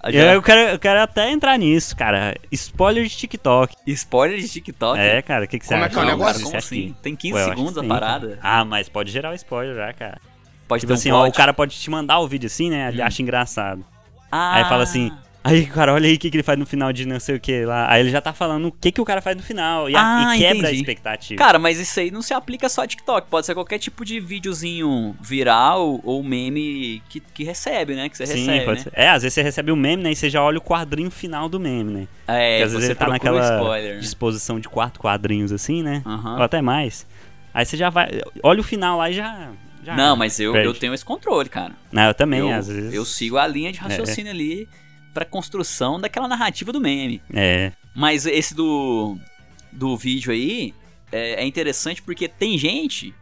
[SPEAKER 1] A
[SPEAKER 2] Eu, eu quero, eu quero até entrar nisso, cara. Spoiler de TikTok.
[SPEAKER 1] Spoiler de TikTok?
[SPEAKER 2] É, cara, o que, que você
[SPEAKER 3] Como é
[SPEAKER 2] acha?
[SPEAKER 3] que é o
[SPEAKER 1] Não,
[SPEAKER 3] negócio?
[SPEAKER 1] cara, como
[SPEAKER 2] Você acha que-
[SPEAKER 1] assim? Tem 15
[SPEAKER 2] Ué, eu acho
[SPEAKER 1] segundos
[SPEAKER 2] que
[SPEAKER 1] a
[SPEAKER 2] sim,
[SPEAKER 1] parada?
[SPEAKER 2] cara. Ah, mas pode gerar o spoiler já, cara.
[SPEAKER 1] Pode
[SPEAKER 2] Tipo
[SPEAKER 1] ter um
[SPEAKER 2] assim, ó, o
[SPEAKER 1] plot.
[SPEAKER 2] cara pode te mandar o vídeo assim, né? Ele
[SPEAKER 1] Hum.
[SPEAKER 2] acha engraçado.
[SPEAKER 1] Ah,
[SPEAKER 2] Aí fala assim, aí, cara, olha aí o que, que ele faz no final de não sei o que lá. Aí ele já tá falando o que, que o cara faz no final. E, a-
[SPEAKER 1] Ah,
[SPEAKER 2] e quebra
[SPEAKER 1] entendi.
[SPEAKER 2] a expectativa.
[SPEAKER 1] Cara, mas isso aí não se aplica só a TikTok. Pode ser qualquer tipo de videozinho viral ou meme que, que recebe, né? Que você
[SPEAKER 2] Sim,
[SPEAKER 1] recebe,
[SPEAKER 2] pode
[SPEAKER 1] né?
[SPEAKER 2] ser. É, às vezes você recebe o meme, né? E você já olha o quadrinho final do meme, né?
[SPEAKER 1] É,
[SPEAKER 2] Porque às
[SPEAKER 1] você
[SPEAKER 2] vezes ele tá
[SPEAKER 1] procura o
[SPEAKER 2] naquela
[SPEAKER 1] spoiler. né?
[SPEAKER 2] disposição de quatro quadrinhos assim, né?
[SPEAKER 1] Aham.
[SPEAKER 2] Ou até mais. Aí você já vai. Olha o final lá e já. já
[SPEAKER 1] Não, mas eu,
[SPEAKER 2] perde.
[SPEAKER 1] eu tenho esse controle, cara.
[SPEAKER 2] Não, eu também,
[SPEAKER 1] eu,
[SPEAKER 2] às vezes. É,
[SPEAKER 1] eu sigo a linha de raciocínio ali pra construção daquela narrativa do meme.
[SPEAKER 2] É.
[SPEAKER 1] Mas esse do, do vídeo aí é, é interessante porque tem gente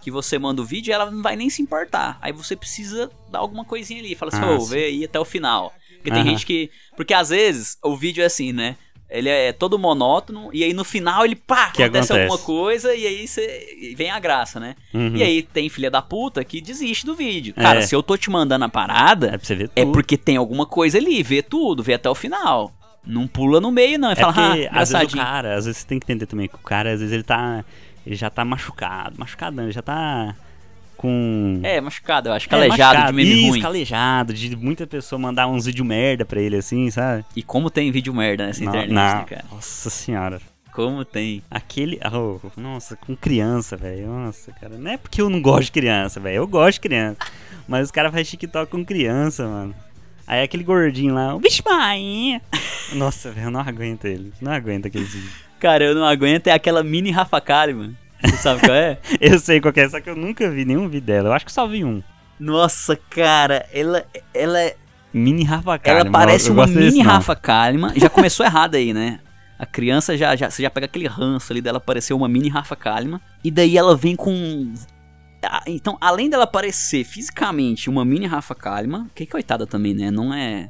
[SPEAKER 1] que você manda o vídeo e ela não vai nem se importar. Aí você precisa dar alguma coisinha ali. Fala assim,
[SPEAKER 2] Ah,
[SPEAKER 1] ô,
[SPEAKER 2] sim.
[SPEAKER 1] vê aí até o final. Porque tem
[SPEAKER 2] Aham.
[SPEAKER 1] gente que. Porque às vezes o vídeo é assim, né? Ele é todo monótono e aí no final ele pá,
[SPEAKER 2] Que
[SPEAKER 1] acontece,
[SPEAKER 2] acontece?
[SPEAKER 1] alguma coisa e aí você vem a graça, né?
[SPEAKER 2] Uhum.
[SPEAKER 1] E aí tem filha da puta que desiste do vídeo. Cara,
[SPEAKER 2] É.
[SPEAKER 1] se eu tô te mandando a parada,
[SPEAKER 2] É pra você ver tudo.
[SPEAKER 1] é porque tem alguma coisa ali, vê tudo, vê até o final. Não pula no meio, não. E fala, ah,
[SPEAKER 2] É porque, às vezes o
[SPEAKER 1] engraçadinho.
[SPEAKER 2] cara, às vezes você tem que entender também que o cara, às vezes ele tá. Ele já tá machucado, machucadão, ele já tá com.
[SPEAKER 1] É, machucado, eu acho.
[SPEAKER 2] é,
[SPEAKER 1] Calejado
[SPEAKER 2] machucado.
[SPEAKER 1] de meme
[SPEAKER 2] Isso,
[SPEAKER 1] ruim.
[SPEAKER 2] calejado, de muita pessoa mandar uns vídeo merda pra ele assim, sabe?
[SPEAKER 1] E como tem vídeo merda nessa
[SPEAKER 2] Não-
[SPEAKER 1] internet,
[SPEAKER 2] não.
[SPEAKER 1] né, cara?
[SPEAKER 2] Nossa senhora.
[SPEAKER 1] Como tem.
[SPEAKER 2] Aquele. oh, nossa, com criança, velho. Nossa, cara. Não é porque eu não gosto de criança, velho. Eu gosto de criança. Mas os caras fazem TikTok com criança, mano. Aí aquele gordinho lá, o [laughs] bicho marinha. Nossa, velho, eu não aguento ele. Não aguento aquele vídeo.
[SPEAKER 1] Cara, eu não aguento, é aquela mini Rafa Kalimann. Você sabe qual
[SPEAKER 2] [laughs]
[SPEAKER 1] é?
[SPEAKER 2] Eu sei qual que é, só que eu nunca vi nenhum vídeo dela. Eu acho que só vi um.
[SPEAKER 1] Nossa, cara, ela, ela, é
[SPEAKER 2] Mini Rafa
[SPEAKER 1] ela
[SPEAKER 2] Kalimann, eu-
[SPEAKER 1] parece
[SPEAKER 2] eu
[SPEAKER 1] uma
[SPEAKER 2] gosto desse
[SPEAKER 1] mini
[SPEAKER 2] nome.
[SPEAKER 1] Rafa Kalimann. Já começou [laughs] errado aí, né? A criança já, já, você já pega aquele ranço ali dela parecer uma mini Rafa Kalimann. E daí ela vem com. Ah, Então, além dela parecer fisicamente uma mini Rafa Kalimann, que coitada também, né? Não é.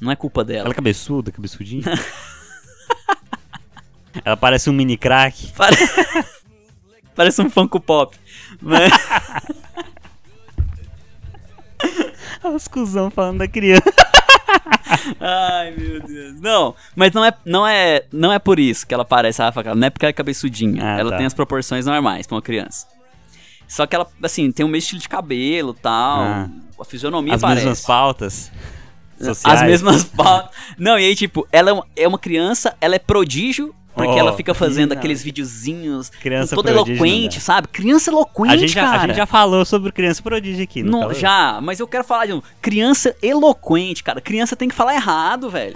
[SPEAKER 1] Não é culpa dela.
[SPEAKER 2] Ela é cabeçuda, cabeçudinha. [laughs] ela parece um mini crack.
[SPEAKER 1] Pare- Parece um Funko
[SPEAKER 2] [laughs]
[SPEAKER 1] Pop. Mas...
[SPEAKER 2] Os cuzão falando da criança.
[SPEAKER 1] Ai, meu Deus. Não, mas não é, não é, não é por isso que ela parece a Rafa Kalimann. Não é porque ela é cabeçudinha.
[SPEAKER 2] Ah,
[SPEAKER 1] ela
[SPEAKER 2] tá.
[SPEAKER 1] tem as proporções normais pra uma criança. Só que ela, assim, tem o mesmo estilo de cabelo tal.
[SPEAKER 2] Ah.
[SPEAKER 1] A fisionomia
[SPEAKER 2] As
[SPEAKER 1] parece.
[SPEAKER 2] mesmas pautas sociais.
[SPEAKER 1] As mesmas pautas. Não, e aí, tipo, ela é uma, é uma criança, ela é prodígio. Porque
[SPEAKER 2] Oh,
[SPEAKER 1] ela fica fazendo
[SPEAKER 2] não.
[SPEAKER 1] aqueles videozinhos
[SPEAKER 2] Criança
[SPEAKER 1] toda
[SPEAKER 2] prodígio não
[SPEAKER 1] eloquente,
[SPEAKER 2] dá.
[SPEAKER 1] sabe? Criança eloquente,
[SPEAKER 2] A gente, já,
[SPEAKER 1] cara.
[SPEAKER 2] a gente já falou sobre criança prodígio aqui, não,
[SPEAKER 1] Não,
[SPEAKER 2] falou?
[SPEAKER 1] já, mas eu quero falar de um. Criança eloquente, cara. Criança tem que falar errado,
[SPEAKER 2] [laughs]
[SPEAKER 1] velho.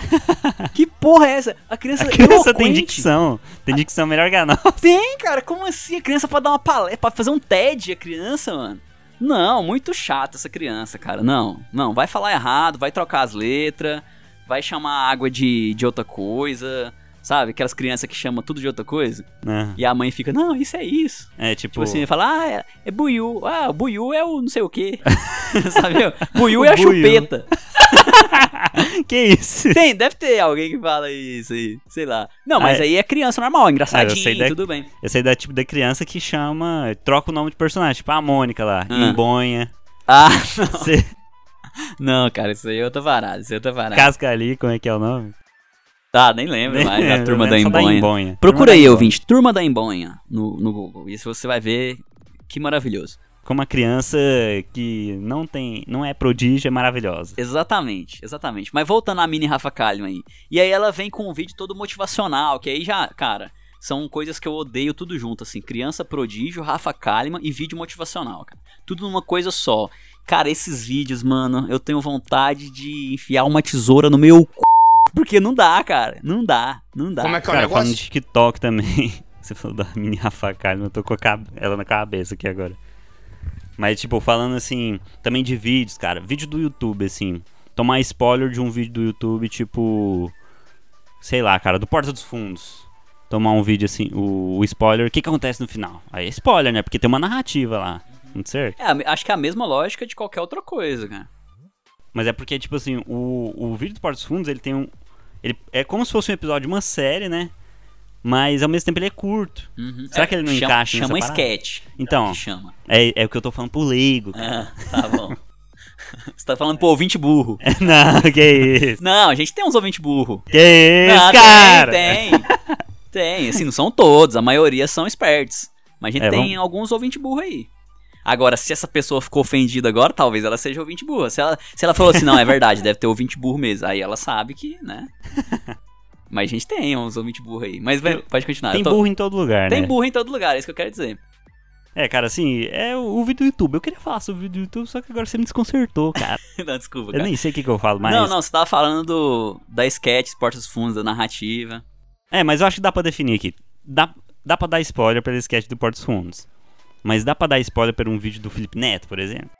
[SPEAKER 1] que porra é essa? A criança,
[SPEAKER 2] A criança
[SPEAKER 1] eloquente.
[SPEAKER 2] tem dicção. Tem dicção melhor que a nossa.
[SPEAKER 1] Tem, cara. Como assim? A criança pode dar uma palestra, pode fazer um TED, a criança, mano. Não, muito chata essa criança, cara. Não, não. Vai falar errado, vai trocar as letras, vai chamar a água de, de outra coisa. Sabe? Aquelas crianças que chamam tudo de outra coisa.
[SPEAKER 2] né?
[SPEAKER 1] E a mãe fica, não, isso é isso.
[SPEAKER 2] É tipo.
[SPEAKER 1] Tipo assim, fala, ah, é, é buiu. Ah, o buiu é o não sei o
[SPEAKER 2] [laughs]
[SPEAKER 1] quê. [laughs] Sabe? Buiu é a
[SPEAKER 2] O buiú. [laughs]
[SPEAKER 1] chupeta.
[SPEAKER 2] que isso?
[SPEAKER 1] Tem, deve ter alguém que fala isso aí, sei lá. Não, mas
[SPEAKER 2] Ah, é.
[SPEAKER 1] aí é criança normal,
[SPEAKER 2] Ah, eu
[SPEAKER 1] engraçadinho,
[SPEAKER 2] sei da-
[SPEAKER 1] tudo bem.
[SPEAKER 2] Esse aí da tipo da criança que chama. Troca o nome de personagem. Tipo a Mônica lá.
[SPEAKER 1] Ah.
[SPEAKER 2] Imbonha.
[SPEAKER 1] Ah, [laughs]
[SPEAKER 2] Cê-
[SPEAKER 1] não, cara, isso aí eu tô varado, isso aí eu tô varado.
[SPEAKER 2] Cascali, como é que é o nome?
[SPEAKER 1] Tá, nem lembro mais
[SPEAKER 2] [laughs]
[SPEAKER 1] da turma da
[SPEAKER 2] né? Só
[SPEAKER 1] Embonha.
[SPEAKER 2] Imbonha.
[SPEAKER 1] Procura
[SPEAKER 2] Turma da
[SPEAKER 1] aí,
[SPEAKER 2] Imbonha.
[SPEAKER 1] ouvinte, turma da Embonha no, no Google. Isso você vai ver que maravilhoso.
[SPEAKER 2] Como a criança que não tem. não é prodígio, é maravilhosa.
[SPEAKER 1] Exatamente, exatamente. Mas voltando à mini Rafa Kalimann aí. E aí ela vem com um vídeo todo motivacional, que aí já, cara, são coisas que eu odeio tudo junto, assim. Criança prodígio, Rafa Kalimann e vídeo motivacional, cara. Tudo numa coisa só. Cara, esses vídeos, mano, eu tenho vontade de enfiar uma tesoura no meu c... Porque não dá, cara. Não dá, não dá.
[SPEAKER 3] Como é que é o
[SPEAKER 2] Cara, falando
[SPEAKER 3] negócio?
[SPEAKER 2] de TikTok também. [laughs] Você falou da mini [laughs] Rafa Kalimann, eu tô com a cabe- ela na cabeça aqui agora. Mas, tipo, falando assim, também de vídeos, cara. Vídeo do YouTube, assim. Tomar spoiler de um vídeo do YouTube, tipo. Sei lá, cara, do Porta dos Fundos. Tomar um vídeo assim, o, o spoiler, o que, que acontece no final? Aí é spoiler, né? Porque tem uma narrativa lá. Não certo?
[SPEAKER 1] É, a me- acho que é a mesma lógica de qualquer outra coisa, cara.
[SPEAKER 2] Mas é porque, tipo assim, o, o vídeo do Porta dos Fundos, ele tem um. Ele é como se fosse um episódio de uma série, né? Mas ao mesmo tempo ele é curto.
[SPEAKER 1] Uhum.
[SPEAKER 2] Será que ele não
[SPEAKER 1] chama,
[SPEAKER 2] encaixa nessa
[SPEAKER 1] Chama
[SPEAKER 2] parada?
[SPEAKER 1] sketch.
[SPEAKER 2] Então,
[SPEAKER 1] Que chama.
[SPEAKER 2] é, é o que eu tô falando pro leigo. [laughs] cara.
[SPEAKER 1] Ah, [laughs] tá bom. Você tá falando pro ouvinte burro.
[SPEAKER 2] não, que isso.
[SPEAKER 1] Não, a gente tem uns ouvintes burro.
[SPEAKER 2] Que isso,
[SPEAKER 1] Não,
[SPEAKER 2] cara.
[SPEAKER 1] Tem, tem. Tem, assim, não são todos, a maioria são espertos. Mas a gente
[SPEAKER 2] É,
[SPEAKER 1] tem
[SPEAKER 2] vamos-
[SPEAKER 1] alguns ouvintes burro aí. Agora, se essa pessoa ficou ofendida agora, talvez ela seja ouvinte burra. Se ela, se ela falou assim, não, é verdade, deve ter ouvinte burro mesmo. Aí ela sabe que,
[SPEAKER 2] [laughs]
[SPEAKER 1] né? Mas a gente tem uns ouvintes burro aí. Mas vai- pode continuar.
[SPEAKER 2] Tem
[SPEAKER 1] eu tô-
[SPEAKER 2] burro em todo lugar,
[SPEAKER 1] tem
[SPEAKER 2] né?
[SPEAKER 1] burro em todo lugar, é isso que eu quero dizer. [laughs]
[SPEAKER 2] É, cara, assim, é o, o vídeo do YouTube. Eu queria falar sobre o vídeo do YouTube, só que agora você me desconcertou, cara.
[SPEAKER 1] não, desculpa,
[SPEAKER 2] eu
[SPEAKER 1] cara.
[SPEAKER 2] nem sei o que, que eu falo mais.
[SPEAKER 1] Não, não, você tava falando do, da sketch, Porta dos Fundos, da narrativa.
[SPEAKER 2] É, mas eu acho que dá pra definir aqui. Dá, dá pra dar spoiler pelo sketch do Porta dos Fundos. Mas dá pra dar spoiler por um vídeo do Felipe Neto, por exemplo?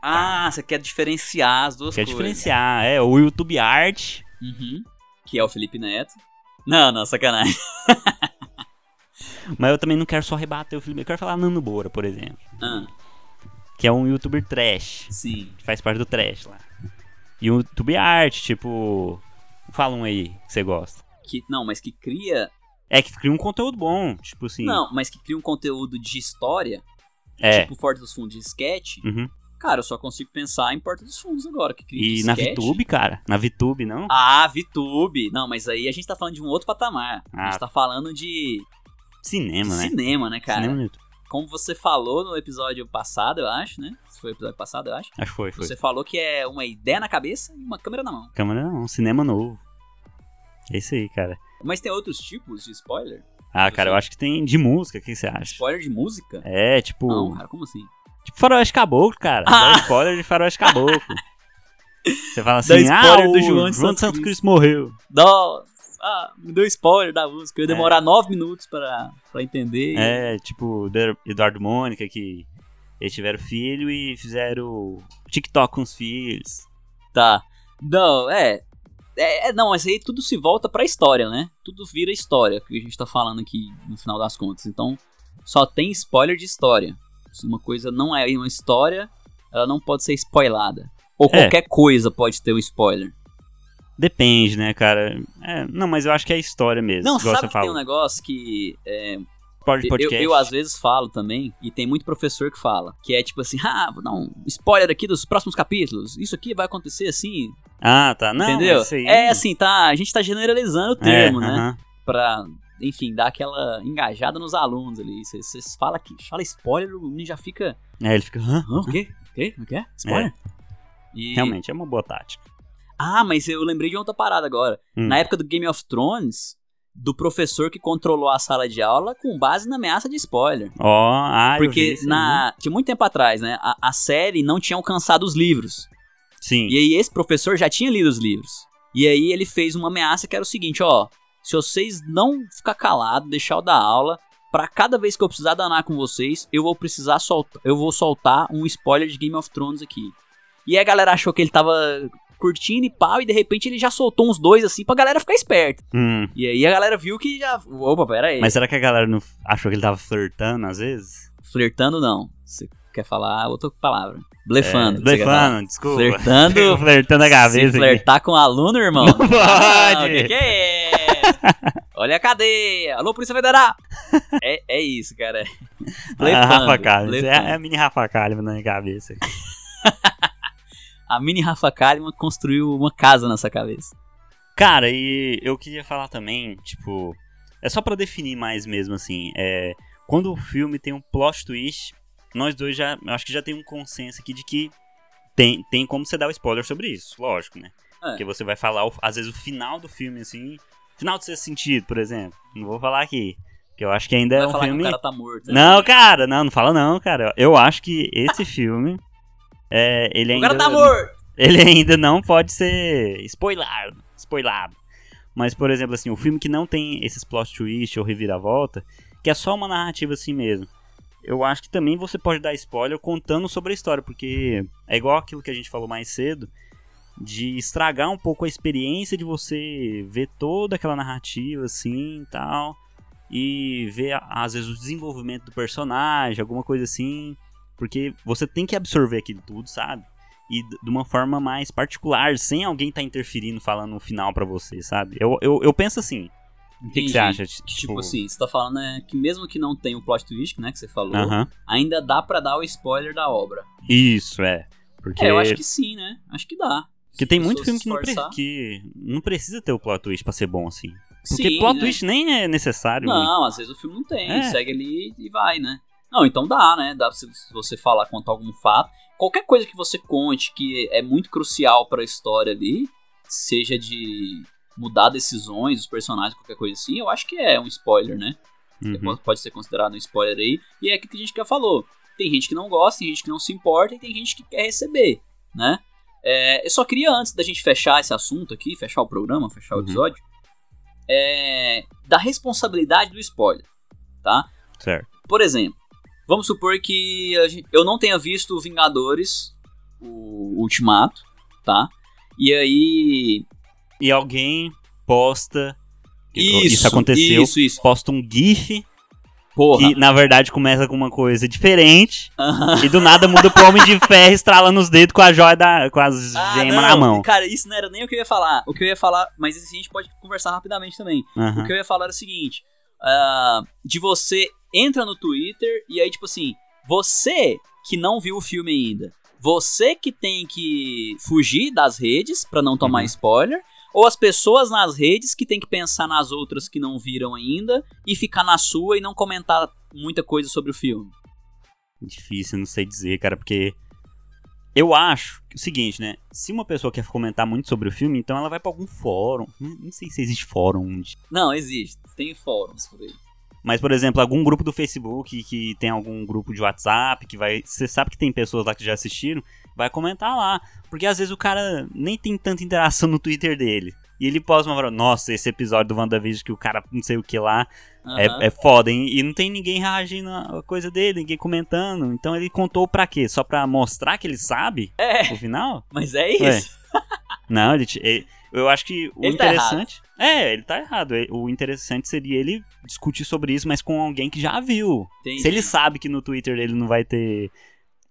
[SPEAKER 1] Ah, você quer diferenciar as duas
[SPEAKER 2] Tá. Quer
[SPEAKER 1] coisas. né?
[SPEAKER 2] diferenciar, é, o YouTube Art.
[SPEAKER 1] Uhum. Que é o Felipe Neto. Não, não, sacanagem.
[SPEAKER 2] Mas eu também não quero só rebater o Felipe. Eu quero falar Nando Moura, por exemplo.
[SPEAKER 1] Ah,
[SPEAKER 2] Que é um youtuber trash.
[SPEAKER 1] sim.
[SPEAKER 2] Que faz parte do trash lá. E o YouTube Art, tipo. Fala um aí que você gosta.
[SPEAKER 1] Que, não, mas que cria.
[SPEAKER 2] É que cria um conteúdo bom, tipo assim.
[SPEAKER 1] Não, mas que cria um conteúdo de história,
[SPEAKER 2] é.
[SPEAKER 1] tipo Porta dos Fundos de sketch.
[SPEAKER 2] Uhum.
[SPEAKER 1] Cara, eu só consigo pensar em Porta dos Fundos agora, que cria
[SPEAKER 2] E
[SPEAKER 1] de
[SPEAKER 2] na
[SPEAKER 1] sketch.
[SPEAKER 2] VTube, cara. Na VTube, não?
[SPEAKER 1] Ah, VTube. Não, mas aí a gente tá falando de um outro patamar. A gente
[SPEAKER 2] Ah.
[SPEAKER 1] tá falando de
[SPEAKER 2] Cinema, né?
[SPEAKER 1] cinema, né, cara?
[SPEAKER 2] Cinema no YouTube.
[SPEAKER 1] Como você falou no episódio passado, eu acho, né? Se foi o episódio passado, eu acho.
[SPEAKER 2] Acho que foi, foi.
[SPEAKER 1] Você falou que é uma ideia na cabeça e uma câmera na mão.
[SPEAKER 2] Câmera não, cinema novo. É isso aí, cara.
[SPEAKER 1] Mas tem outros tipos de spoiler?
[SPEAKER 2] Ah,
[SPEAKER 1] Você-
[SPEAKER 2] cara, eu acho que tem de música, o que você acha?
[SPEAKER 1] Spoiler de música?
[SPEAKER 2] É, tipo.
[SPEAKER 1] Não, cara, como assim?
[SPEAKER 2] Tipo Faroeste Caboclo, cara.
[SPEAKER 1] Ah!
[SPEAKER 2] Dá spoiler de Faroeste
[SPEAKER 1] [laughs]
[SPEAKER 2] Caboclo. Você fala
[SPEAKER 1] Dá
[SPEAKER 2] assim, ah,
[SPEAKER 1] spoiler
[SPEAKER 2] o
[SPEAKER 1] do João de Santos
[SPEAKER 2] Santos Cristo
[SPEAKER 1] Cristo
[SPEAKER 2] morreu.
[SPEAKER 1] Nossa! ah, me deu spoiler da música, eu ia demorar nove minutos pra, pra entender.
[SPEAKER 2] É, tipo, o Eder- Eduardo Mônica, que eles tiveram filho e fizeram TikTok com os filhos.
[SPEAKER 1] Tá. Não, é. É, é, não, mas aí tudo se volta pra história, né? Tudo vira história que a gente tá falando aqui no final das contas. Então, só tem spoiler de história. Se uma coisa não é uma história, ela não pode ser spoilada. Ou
[SPEAKER 2] É.
[SPEAKER 1] qualquer coisa pode ter um spoiler.
[SPEAKER 2] Depende, né, cara? É, não, mas eu acho que é história mesmo.
[SPEAKER 1] Não,
[SPEAKER 2] igual
[SPEAKER 1] sabe
[SPEAKER 2] você
[SPEAKER 1] que
[SPEAKER 2] fala.
[SPEAKER 1] tem um negócio que é,
[SPEAKER 2] Pode
[SPEAKER 1] eu,
[SPEAKER 2] podcast.
[SPEAKER 1] eu às vezes falo também, e tem muito professor que fala, que é tipo assim, ah, vou dar um spoiler aqui dos próximos capítulos, isso aqui vai acontecer assim,
[SPEAKER 2] Ah, tá. Não,
[SPEAKER 1] entendeu?
[SPEAKER 2] Isso aí...
[SPEAKER 1] É assim, tá, a gente tá generalizando o
[SPEAKER 2] É,
[SPEAKER 1] termo, né?
[SPEAKER 2] aham.
[SPEAKER 1] pra, enfim, dar aquela engajada nos alunos ali. Vocês falam que fala spoiler, o menino já fica.
[SPEAKER 2] É, ele fica. "Hã?
[SPEAKER 1] Hã? O quê? O quê? O quê? Spoiler? E-
[SPEAKER 2] É. Realmente, é uma boa tática.
[SPEAKER 1] Ah, mas eu lembrei de outra parada agora.
[SPEAKER 2] Hum.
[SPEAKER 1] Na época do Game of Thrones, do professor que controlou a sala de aula com base na ameaça de spoiler.
[SPEAKER 2] Ó, ah, eu vi
[SPEAKER 1] Porque
[SPEAKER 2] isso aí.
[SPEAKER 1] na, de muito tempo atrás, né, a, a série não tinha alcançado os livros.
[SPEAKER 2] Sim.
[SPEAKER 1] E aí esse professor já tinha lido os livros. E aí ele fez uma ameaça que era o seguinte, ó, se vocês não ficar calado, deixar eu dar aula, pra cada vez que eu precisar danar com vocês, eu vou precisar soltar, eu vou soltar um spoiler de Game of Thrones aqui. E aí a galera achou que ele tava curtindo e pau, e de repente ele já soltou uns dois assim pra galera ficar esperta.
[SPEAKER 2] Hum.
[SPEAKER 1] E aí a galera viu que já, opa, pera aí,
[SPEAKER 2] Mas será que a galera não achou que ele tava flertando às vezes?
[SPEAKER 1] flertando não. Você quer falar outra palavra? Blefando.
[SPEAKER 2] É,
[SPEAKER 1] que você quer falar.
[SPEAKER 2] blefando, desculpa. [laughs]
[SPEAKER 1] Flertando,
[SPEAKER 2] flertando a cabeça.
[SPEAKER 1] Se
[SPEAKER 2] aqui.
[SPEAKER 1] flertar com um aluno, irmão.
[SPEAKER 2] Não pode.
[SPEAKER 1] Ah, o que, que é? Olha a cadeia. Alô, Polícia Federal. é, é isso, cara.
[SPEAKER 2] Ah, Rafa
[SPEAKER 1] Blefando,
[SPEAKER 2] Kalimann. É,
[SPEAKER 1] blefando.
[SPEAKER 2] é a mini Rafa Kalimann na minha cabeça.
[SPEAKER 1] A mini Rafa Kalimann construiu uma casa nessa cabeça.
[SPEAKER 2] Cara, e eu queria falar também, tipo, é só pra definir mais mesmo assim, é, quando o filme tem um plot twist, nós dois já, eu acho que já tem um consenso aqui de que tem, tem como você dar o spoiler sobre isso, lógico, né?
[SPEAKER 1] É.
[SPEAKER 2] Porque você vai falar, o- às vezes, o final do filme, assim, final do sexto sentido, por exemplo. Não vou falar aqui, porque eu acho que ainda
[SPEAKER 1] Vai
[SPEAKER 2] é um
[SPEAKER 1] falar
[SPEAKER 2] filme...
[SPEAKER 1] que o cara tá morto. né?
[SPEAKER 2] Não, cara, não, não fala não, cara. Eu acho que esse filme, é, ele
[SPEAKER 1] O
[SPEAKER 2] ainda...
[SPEAKER 1] cara tá morto.
[SPEAKER 2] Ele ainda não pode ser spoilado, spoilado. Mas, por exemplo, assim, o filme que não tem esses plot twist ou reviravolta, que é só uma narrativa assim mesmo. Eu acho que também você pode dar spoiler contando sobre a história, porque é igual aquilo que a gente falou mais cedo, de estragar um pouco a experiência de você ver toda aquela narrativa assim e tal, e ver a- às vezes o desenvolvimento do personagem, alguma coisa assim, porque você tem que absorver aquilo tudo, sabe? e d- de uma forma mais particular, sem alguém estar interferindo, falando o final pra você, sabe? Eu, eu, eu penso assim. O que, que você acha? Tipo,
[SPEAKER 1] Tipo assim, você tá falando né, que mesmo que não tenha o plot twist, né, que você falou,
[SPEAKER 2] aham.
[SPEAKER 1] ainda dá pra dar o spoiler da obra.
[SPEAKER 2] Isso, é. Porque,
[SPEAKER 1] É, eu acho que sim, né? Acho que dá.
[SPEAKER 2] porque tem
[SPEAKER 1] Se a
[SPEAKER 2] muito
[SPEAKER 1] pessoa
[SPEAKER 2] filme
[SPEAKER 1] se
[SPEAKER 2] que não, pre-
[SPEAKER 1] esforçar.
[SPEAKER 2] que não precisa ter o plot twist pra ser bom, assim. Porque
[SPEAKER 1] Sim,
[SPEAKER 2] plot
[SPEAKER 1] né?
[SPEAKER 2] twist nem é necessário.
[SPEAKER 1] Não, às vezes o filme não tem,
[SPEAKER 2] É.
[SPEAKER 1] segue ali e vai, né? Não, então dá, né? Dá se se você falar, contar algum fato. Qualquer coisa que você conte que é muito crucial pra história ali, seja de mudar decisões dos personagens, qualquer coisa assim, eu acho que é um spoiler, né?
[SPEAKER 2] Uhum.
[SPEAKER 1] Pode- Pode ser considerado um spoiler aí. E é aquilo que a gente já falou. Tem gente que não gosta, tem gente que não se importa e tem gente que quer receber, né? É, eu só queria, antes da gente fechar esse assunto aqui, fechar o programa, fechar o
[SPEAKER 2] Uhum.
[SPEAKER 1] episódio, é, da responsabilidade do spoiler, tá?
[SPEAKER 2] Certo.
[SPEAKER 1] Por exemplo, vamos supor que a gen- eu não tenha visto Vingadores, o Ultimato, tá? E aí...
[SPEAKER 2] E alguém posta.
[SPEAKER 1] Isso,
[SPEAKER 2] aconteceu.
[SPEAKER 1] Isso, isso.
[SPEAKER 2] Posta um GIF
[SPEAKER 1] Porra.
[SPEAKER 2] que, na verdade, começa com uma coisa diferente. [laughs]
[SPEAKER 1] Aham.
[SPEAKER 2] E do nada muda pro homem de ferro estralando os dedos com a joia da. com as gemas na
[SPEAKER 1] Ah, não,
[SPEAKER 2] mão.
[SPEAKER 1] Cara, isso não era nem o que eu ia falar. O que eu ia falar, mas isso a gente pode conversar rapidamente também.
[SPEAKER 2] Aham.
[SPEAKER 1] O que eu ia falar era o seguinte: ah, de você entra no Twitter e aí, tipo assim, você que não viu o filme ainda, você que tem que fugir das redes pra não tomar
[SPEAKER 2] Uhum.
[SPEAKER 1] spoiler, ou as pessoas nas redes que tem que pensar nas outras que não viram ainda e ficar na sua e não comentar muita coisa sobre o filme.
[SPEAKER 2] é Difícil, não sei dizer, cara, porque eu acho que é o seguinte, né? Se uma pessoa quer comentar muito sobre o filme, então ela vai pra algum fórum. Não não sei se existe fórum, de-
[SPEAKER 1] Não, existe. Tem fóruns por aí.
[SPEAKER 2] mas por exemplo, algum grupo do Facebook que tem algum grupo de WhatsApp que vai, você sabe que tem pessoas lá que já assistiram, vai comentar lá, porque às vezes o cara nem tem tanta interação no Twitter dele. E ele posta uma nossa, esse episódio do WandaVision que o cara não sei o que lá
[SPEAKER 1] Aham.
[SPEAKER 2] é, é foda, hein? E não tem ninguém reagindo à coisa dele, ninguém comentando. Então ele contou pra quê? Só pra mostrar que ele sabe?
[SPEAKER 1] É.
[SPEAKER 2] No final?
[SPEAKER 1] Mas é isso.
[SPEAKER 2] Não, ele, te- ele- eu acho que o
[SPEAKER 1] Ele tá
[SPEAKER 2] interessante. é, ele tá errado. E- O interessante seria ele discutir sobre isso, mas com alguém que já viu.
[SPEAKER 1] Entendi.
[SPEAKER 2] Se ele sabe que no Twitter ele não vai ter.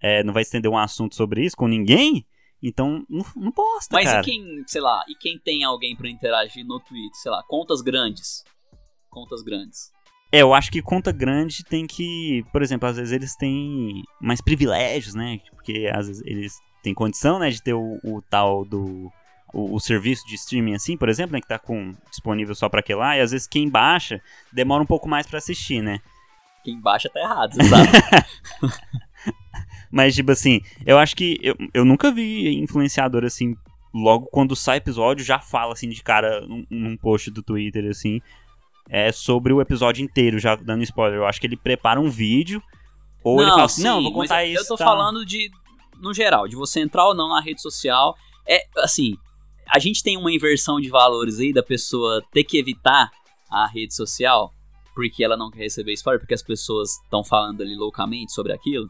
[SPEAKER 2] é, não vai estender um assunto sobre isso com ninguém, então não, não posta,
[SPEAKER 1] Mas
[SPEAKER 2] cara.
[SPEAKER 1] e quem, sei lá, e quem tem alguém pra interagir no Twitter, sei lá, contas grandes. Contas grandes.
[SPEAKER 2] É, eu acho que conta grande tem que. Por exemplo, às vezes eles têm mais privilégios, né? Porque às vezes eles têm condição, né, de ter o, o tal do. O, o serviço de streaming, assim, por exemplo, né, que tá com, disponível só pra aquele lá, e às vezes quem baixa demora um pouco mais pra assistir, né?
[SPEAKER 1] Quem baixa tá errado,
[SPEAKER 2] [laughs]
[SPEAKER 1] você sabe?
[SPEAKER 2] Mas, tipo assim, eu acho que eu, eu nunca vi influenciador assim, logo quando sai episódio, já fala assim de cara num, num post do Twitter, assim, é sobre o episódio inteiro, já dando spoiler. Eu acho que ele prepara um vídeo, ou ele fala assim,
[SPEAKER 1] sim,
[SPEAKER 2] não,
[SPEAKER 1] mas
[SPEAKER 2] vou
[SPEAKER 1] é,
[SPEAKER 2] contar
[SPEAKER 1] eu-
[SPEAKER 2] isso.
[SPEAKER 1] Eu tô
[SPEAKER 2] tá?"
[SPEAKER 1] falando de, no geral, de você entrar ou não na rede social. É, assim, a gente tem uma inversão de valores aí da pessoa ter que evitar a rede social porque ela não quer receber spoiler, porque as pessoas estão falando ali loucamente sobre aquilo.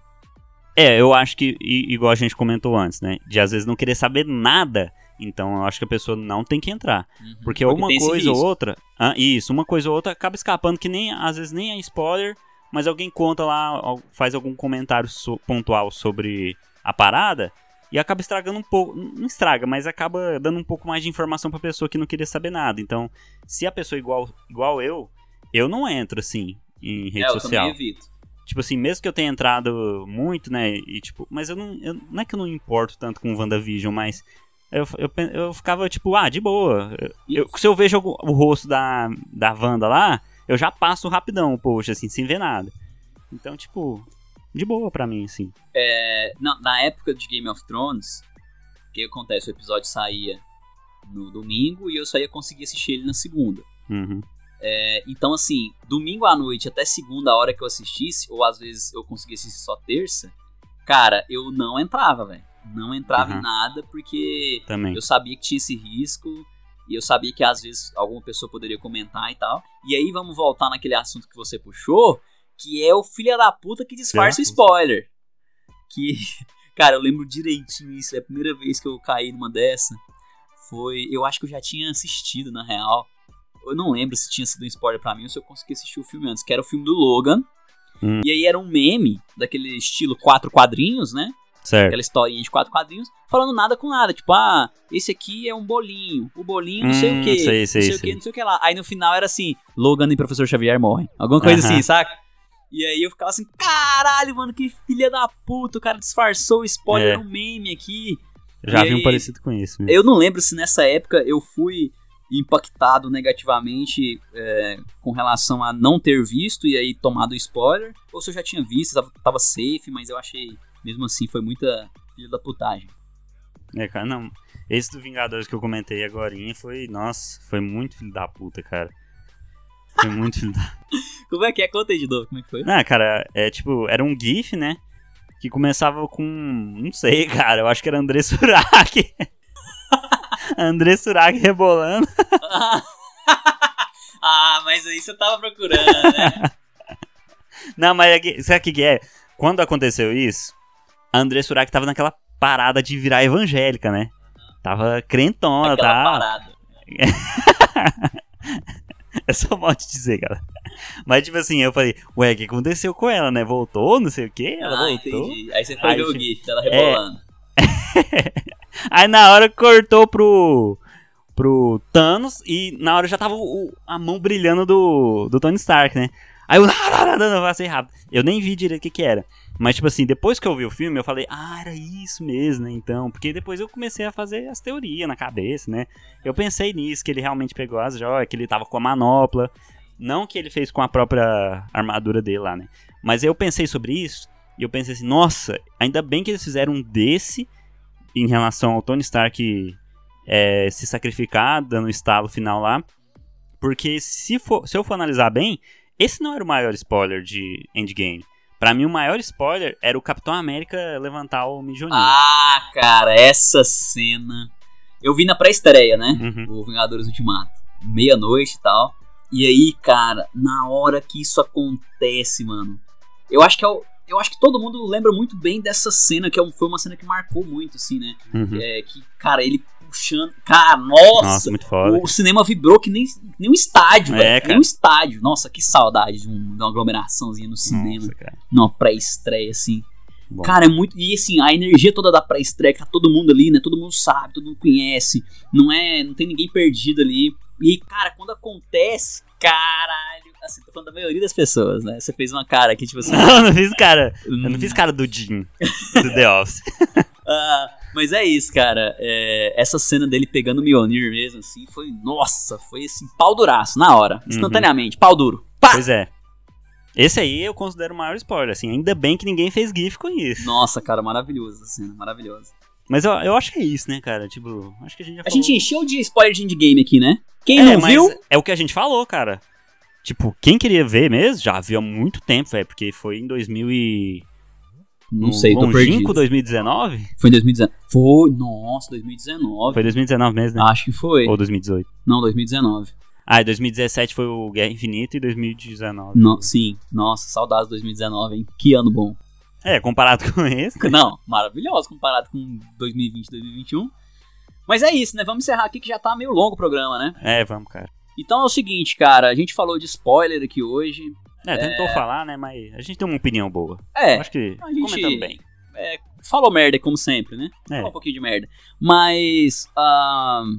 [SPEAKER 2] É, eu acho que, i- igual a gente comentou antes, né? De às vezes não querer saber nada. Então eu acho que a pessoa não tem que entrar. Porque, uma
[SPEAKER 1] Uhum. tem esse
[SPEAKER 2] coisa ou
[SPEAKER 1] risco.
[SPEAKER 2] outra. Ah, isso, uma coisa ou outra acaba escapando, que nem às vezes nem é spoiler, mas alguém conta lá, al- faz algum comentário so- pontual sobre a parada e acaba estragando um pouco. n- Não estraga, mas acaba dando um pouco mais de informação pra pessoa que não queria saber nada. Então, se a pessoa é igual, igual eu, eu não entro assim em rede
[SPEAKER 1] é, eu
[SPEAKER 2] social.
[SPEAKER 1] também evito.
[SPEAKER 2] Tipo assim, mesmo que eu tenha entrado muito, né? E tipo, mas eu não. eu- não é que eu não importo tanto com o WandaVision, mas. Eu, eu, pen- eu ficava tipo, ah, de boa. Eu- se eu vejo algum- o rosto da, da Wanda lá, eu já passo rapidão, poxa, assim, sem ver nada. Então, tipo, de boa pra mim, assim.
[SPEAKER 1] É, na, na época de Game of Thrones, o que acontece? O episódio saía no domingo e eu só ia conseguir assistir ele na segunda.
[SPEAKER 2] Uhum.
[SPEAKER 1] É, então, assim, domingo à noite até segunda, a hora que eu assistisse, ou às vezes eu conseguia assistir só terça, cara, eu não entrava, velho. Não entrava
[SPEAKER 2] Uhum.
[SPEAKER 1] em nada porque
[SPEAKER 2] Também.
[SPEAKER 1] eu sabia que tinha esse risco e eu sabia que às vezes alguma pessoa poderia comentar e tal. E aí vamos voltar naquele assunto que você puxou, que é o filho da puta que disfarça o
[SPEAKER 2] Filha da
[SPEAKER 1] spoiler. Que, [laughs] cara, eu lembro direitinho isso, é a primeira vez que eu caí numa dessa. Foi, eu acho que eu já tinha assistido na real. Eu não lembro se tinha sido um spoiler pra mim ou se eu consegui assistir o filme antes, que era o filme do Logan.
[SPEAKER 2] Hum.
[SPEAKER 1] E aí era um meme daquele estilo quatro quadrinhos, né?
[SPEAKER 2] Certo.
[SPEAKER 1] aquela historinha de quatro quadrinhos, falando nada com nada. Tipo, ah, esse aqui é um bolinho, o bolinho não sei
[SPEAKER 2] Hum,
[SPEAKER 1] o que,
[SPEAKER 2] sei,
[SPEAKER 1] não
[SPEAKER 2] sei,
[SPEAKER 1] sei o
[SPEAKER 2] sei.
[SPEAKER 1] que, não sei o que lá. Aí no final era assim, Logan e Professor Xavier morrem. Alguma coisa
[SPEAKER 2] Aham.
[SPEAKER 1] assim, saca? E aí eu ficava assim, caralho, mano, que filha da puta, o cara disfarçou o spoiler
[SPEAKER 2] É.
[SPEAKER 1] no meme aqui.
[SPEAKER 2] Já
[SPEAKER 1] e
[SPEAKER 2] vi um
[SPEAKER 1] aí-
[SPEAKER 2] parecido com isso. mesmo.
[SPEAKER 1] Eu não lembro se nessa época eu fui impactado negativamente é, com relação a não ter visto e aí tomado spoiler, ou se eu já tinha visto, tava, tava safe, mas eu achei, mesmo assim, foi muita filha da putagem.
[SPEAKER 2] É, cara, não. Esse do Vingadores que eu comentei agora foi. Nossa, foi muito filho da puta, cara. Foi muito filho da
[SPEAKER 1] Como é que é? Conta aí de novo, como é que foi?
[SPEAKER 2] Não, cara, é tipo, era um GIF, né? Que começava com. Não sei, [laughs] cara, eu acho que era André Surak. [laughs] André Surak rebolando.
[SPEAKER 1] [laughs] ah, mas aí você tava procurando, né?
[SPEAKER 2] Não, mas é que- sabe o que, que é? Quando aconteceu isso, a André Surak tava naquela parada de virar evangélica, né? Tava crentona,
[SPEAKER 1] Aquela
[SPEAKER 2] tá?
[SPEAKER 1] parada.
[SPEAKER 2] [laughs] É só mal te dizer, cara. Mas tipo assim, eu falei, ué, o que aconteceu com ela, né? Voltou, não sei o quê? Ela
[SPEAKER 1] ah,
[SPEAKER 2] voltou.
[SPEAKER 1] entendi. Aí você É, foi
[SPEAKER 2] Aí
[SPEAKER 1] ver
[SPEAKER 2] você-
[SPEAKER 1] o GIF dela rebolando.
[SPEAKER 2] Aí na hora cortou pro. pro Thanos e na hora já tava o- a mão brilhando do, do Tony Stark, né? Aí eu. [laughs] Eu passei rápido. Eu nem vi direito o que, que era. Mas, tipo assim, depois que eu vi o filme, eu falei, ah, era isso mesmo, né? Então. Porque depois eu comecei a fazer as teorias na cabeça, né? Eu pensei nisso, que ele realmente pegou as joias, que ele tava com a manopla. Não que ele fez com a própria armadura dele lá, né? Mas eu pensei sobre isso e eu pensei assim, nossa, ainda bem que eles fizeram um desse em relação ao Tony Stark é, se sacrificar, dando o estalo final lá. Porque se, for, se eu for analisar bem, esse não era o maior spoiler de Endgame. Pra mim, o maior spoiler era o Capitão América levantar o Mjolnir.
[SPEAKER 1] Ah, cara, essa cena. Eu vi na pré-estreia, né?
[SPEAKER 2] Uhum.
[SPEAKER 1] O Vingadores Ultimato. Meia-noite e tal. E aí, cara, na hora que isso acontece, mano. Eu acho que é o- Eu acho que todo mundo lembra muito bem dessa cena, que é um- foi uma cena que marcou muito, assim, né?
[SPEAKER 2] uhum.
[SPEAKER 1] É, que, cara, ele puxando. Cara, nossa!
[SPEAKER 2] Nossa, muito foda.
[SPEAKER 1] o cinema vibrou que nem, nem um estádio,
[SPEAKER 2] É,
[SPEAKER 1] velho. Nem
[SPEAKER 2] cara.
[SPEAKER 1] um estádio. Nossa, que saudade de, um- de uma aglomeraçãozinha no cinema.
[SPEAKER 2] Nossa, cara.
[SPEAKER 1] Numa pré-estreia, assim.
[SPEAKER 2] Bom.
[SPEAKER 1] Cara, é muito. E assim, a energia toda da pré-estreia, que tá todo mundo ali, né? Todo mundo sabe, todo mundo conhece. Não é. Não tem ninguém perdido ali. E, cara, quando acontece, caralho. Assim, tô falando da maioria das pessoas, né? Você fez uma cara aqui, tipo assim.
[SPEAKER 2] Não, eu não fiz cara. [laughs] Eu não fiz cara do Jim, do
[SPEAKER 1] [laughs]
[SPEAKER 2] The Office.
[SPEAKER 1] Ah, mas é isso, cara. É, essa cena dele pegando o Mjolnir mesmo, assim, foi. Nossa, foi assim, pau duraço, na hora.
[SPEAKER 2] Uhum.
[SPEAKER 1] Instantaneamente, pau duro. Pá!
[SPEAKER 2] Pois é. Esse aí eu considero o maior spoiler, assim. Ainda bem que ninguém fez GIF com isso.
[SPEAKER 1] Nossa, cara, maravilhosa essa cena, maravilhosa.
[SPEAKER 2] Mas eu, eu acho que é isso, né, cara? Tipo, acho que a gente já
[SPEAKER 1] A
[SPEAKER 2] falou.
[SPEAKER 1] gente encheu de spoiler de endgame aqui, né? Quem
[SPEAKER 2] é,
[SPEAKER 1] não
[SPEAKER 2] mas
[SPEAKER 1] viu,
[SPEAKER 2] é o que a gente falou, cara. Tipo, quem queria ver mesmo, já viu há muito tempo, velho. Porque foi em 2000 e...
[SPEAKER 1] não sei, tô perdido.
[SPEAKER 2] um longínquo, 2019?
[SPEAKER 1] Foi em 2019. Foi, nossa, 2019.
[SPEAKER 2] Foi 2019 mesmo, né?
[SPEAKER 1] Acho que Ah, foi.
[SPEAKER 2] Ou 2018.
[SPEAKER 1] Não, 2019.
[SPEAKER 2] Ah, e 2017 foi o Guerra Infinita e 2019.
[SPEAKER 1] Não, sim, nossa, saudades de 2019, hein? Que ano
[SPEAKER 2] [laughs]
[SPEAKER 1] bom.
[SPEAKER 2] É, comparado [laughs] com esse.
[SPEAKER 1] Não, maravilhosa comparado com 2020, 2021. Mas é isso, né? Vamos encerrar aqui que já tá meio longo o programa, né?
[SPEAKER 2] É, vamos, cara.
[SPEAKER 1] Então é o seguinte, cara, a gente falou de spoiler aqui hoje.
[SPEAKER 2] É, tentou falar, né? Mas a gente tem uma opinião boa.
[SPEAKER 1] É,
[SPEAKER 2] Acho que
[SPEAKER 1] a gente-
[SPEAKER 2] comentamos bem.
[SPEAKER 1] falou merda como sempre, né?
[SPEAKER 2] É.
[SPEAKER 1] Falou um pouquinho de merda. Mas. ahn,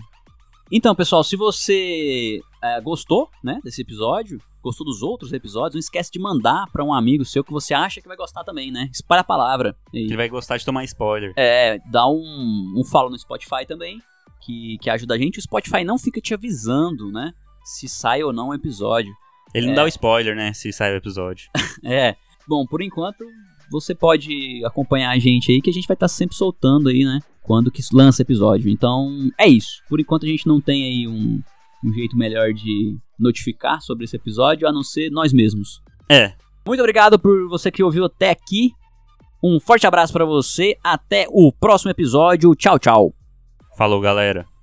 [SPEAKER 1] Então, pessoal, se você eh, gostou, né, desse episódio, gostou dos outros episódios, não esquece de mandar pra um amigo seu que você acha que vai gostar também, né? Espalha a palavra. E-
[SPEAKER 2] Ele vai gostar de tomar spoiler.
[SPEAKER 1] É, dá um, um follow no Spotify também, que, que ajuda a gente. O Spotify não fica te avisando, né? Se sai ou não o episódio.
[SPEAKER 2] Ele
[SPEAKER 1] É.
[SPEAKER 2] não dá o spoiler, né? Se sai o episódio.
[SPEAKER 1] [laughs] É. Bom, por enquanto, você pode acompanhar a gente aí, que a gente vai estar sempre soltando aí, né? Quando que lança episódio. Então, é isso. Por enquanto, a gente não tem aí um, um jeito melhor de notificar sobre esse episódio, a não ser nós mesmos.
[SPEAKER 2] É.
[SPEAKER 1] Muito obrigado por você que ouviu até aqui. Um forte abraço pra você. Até o próximo episódio. Tchau, tchau.
[SPEAKER 2] Falou, galera.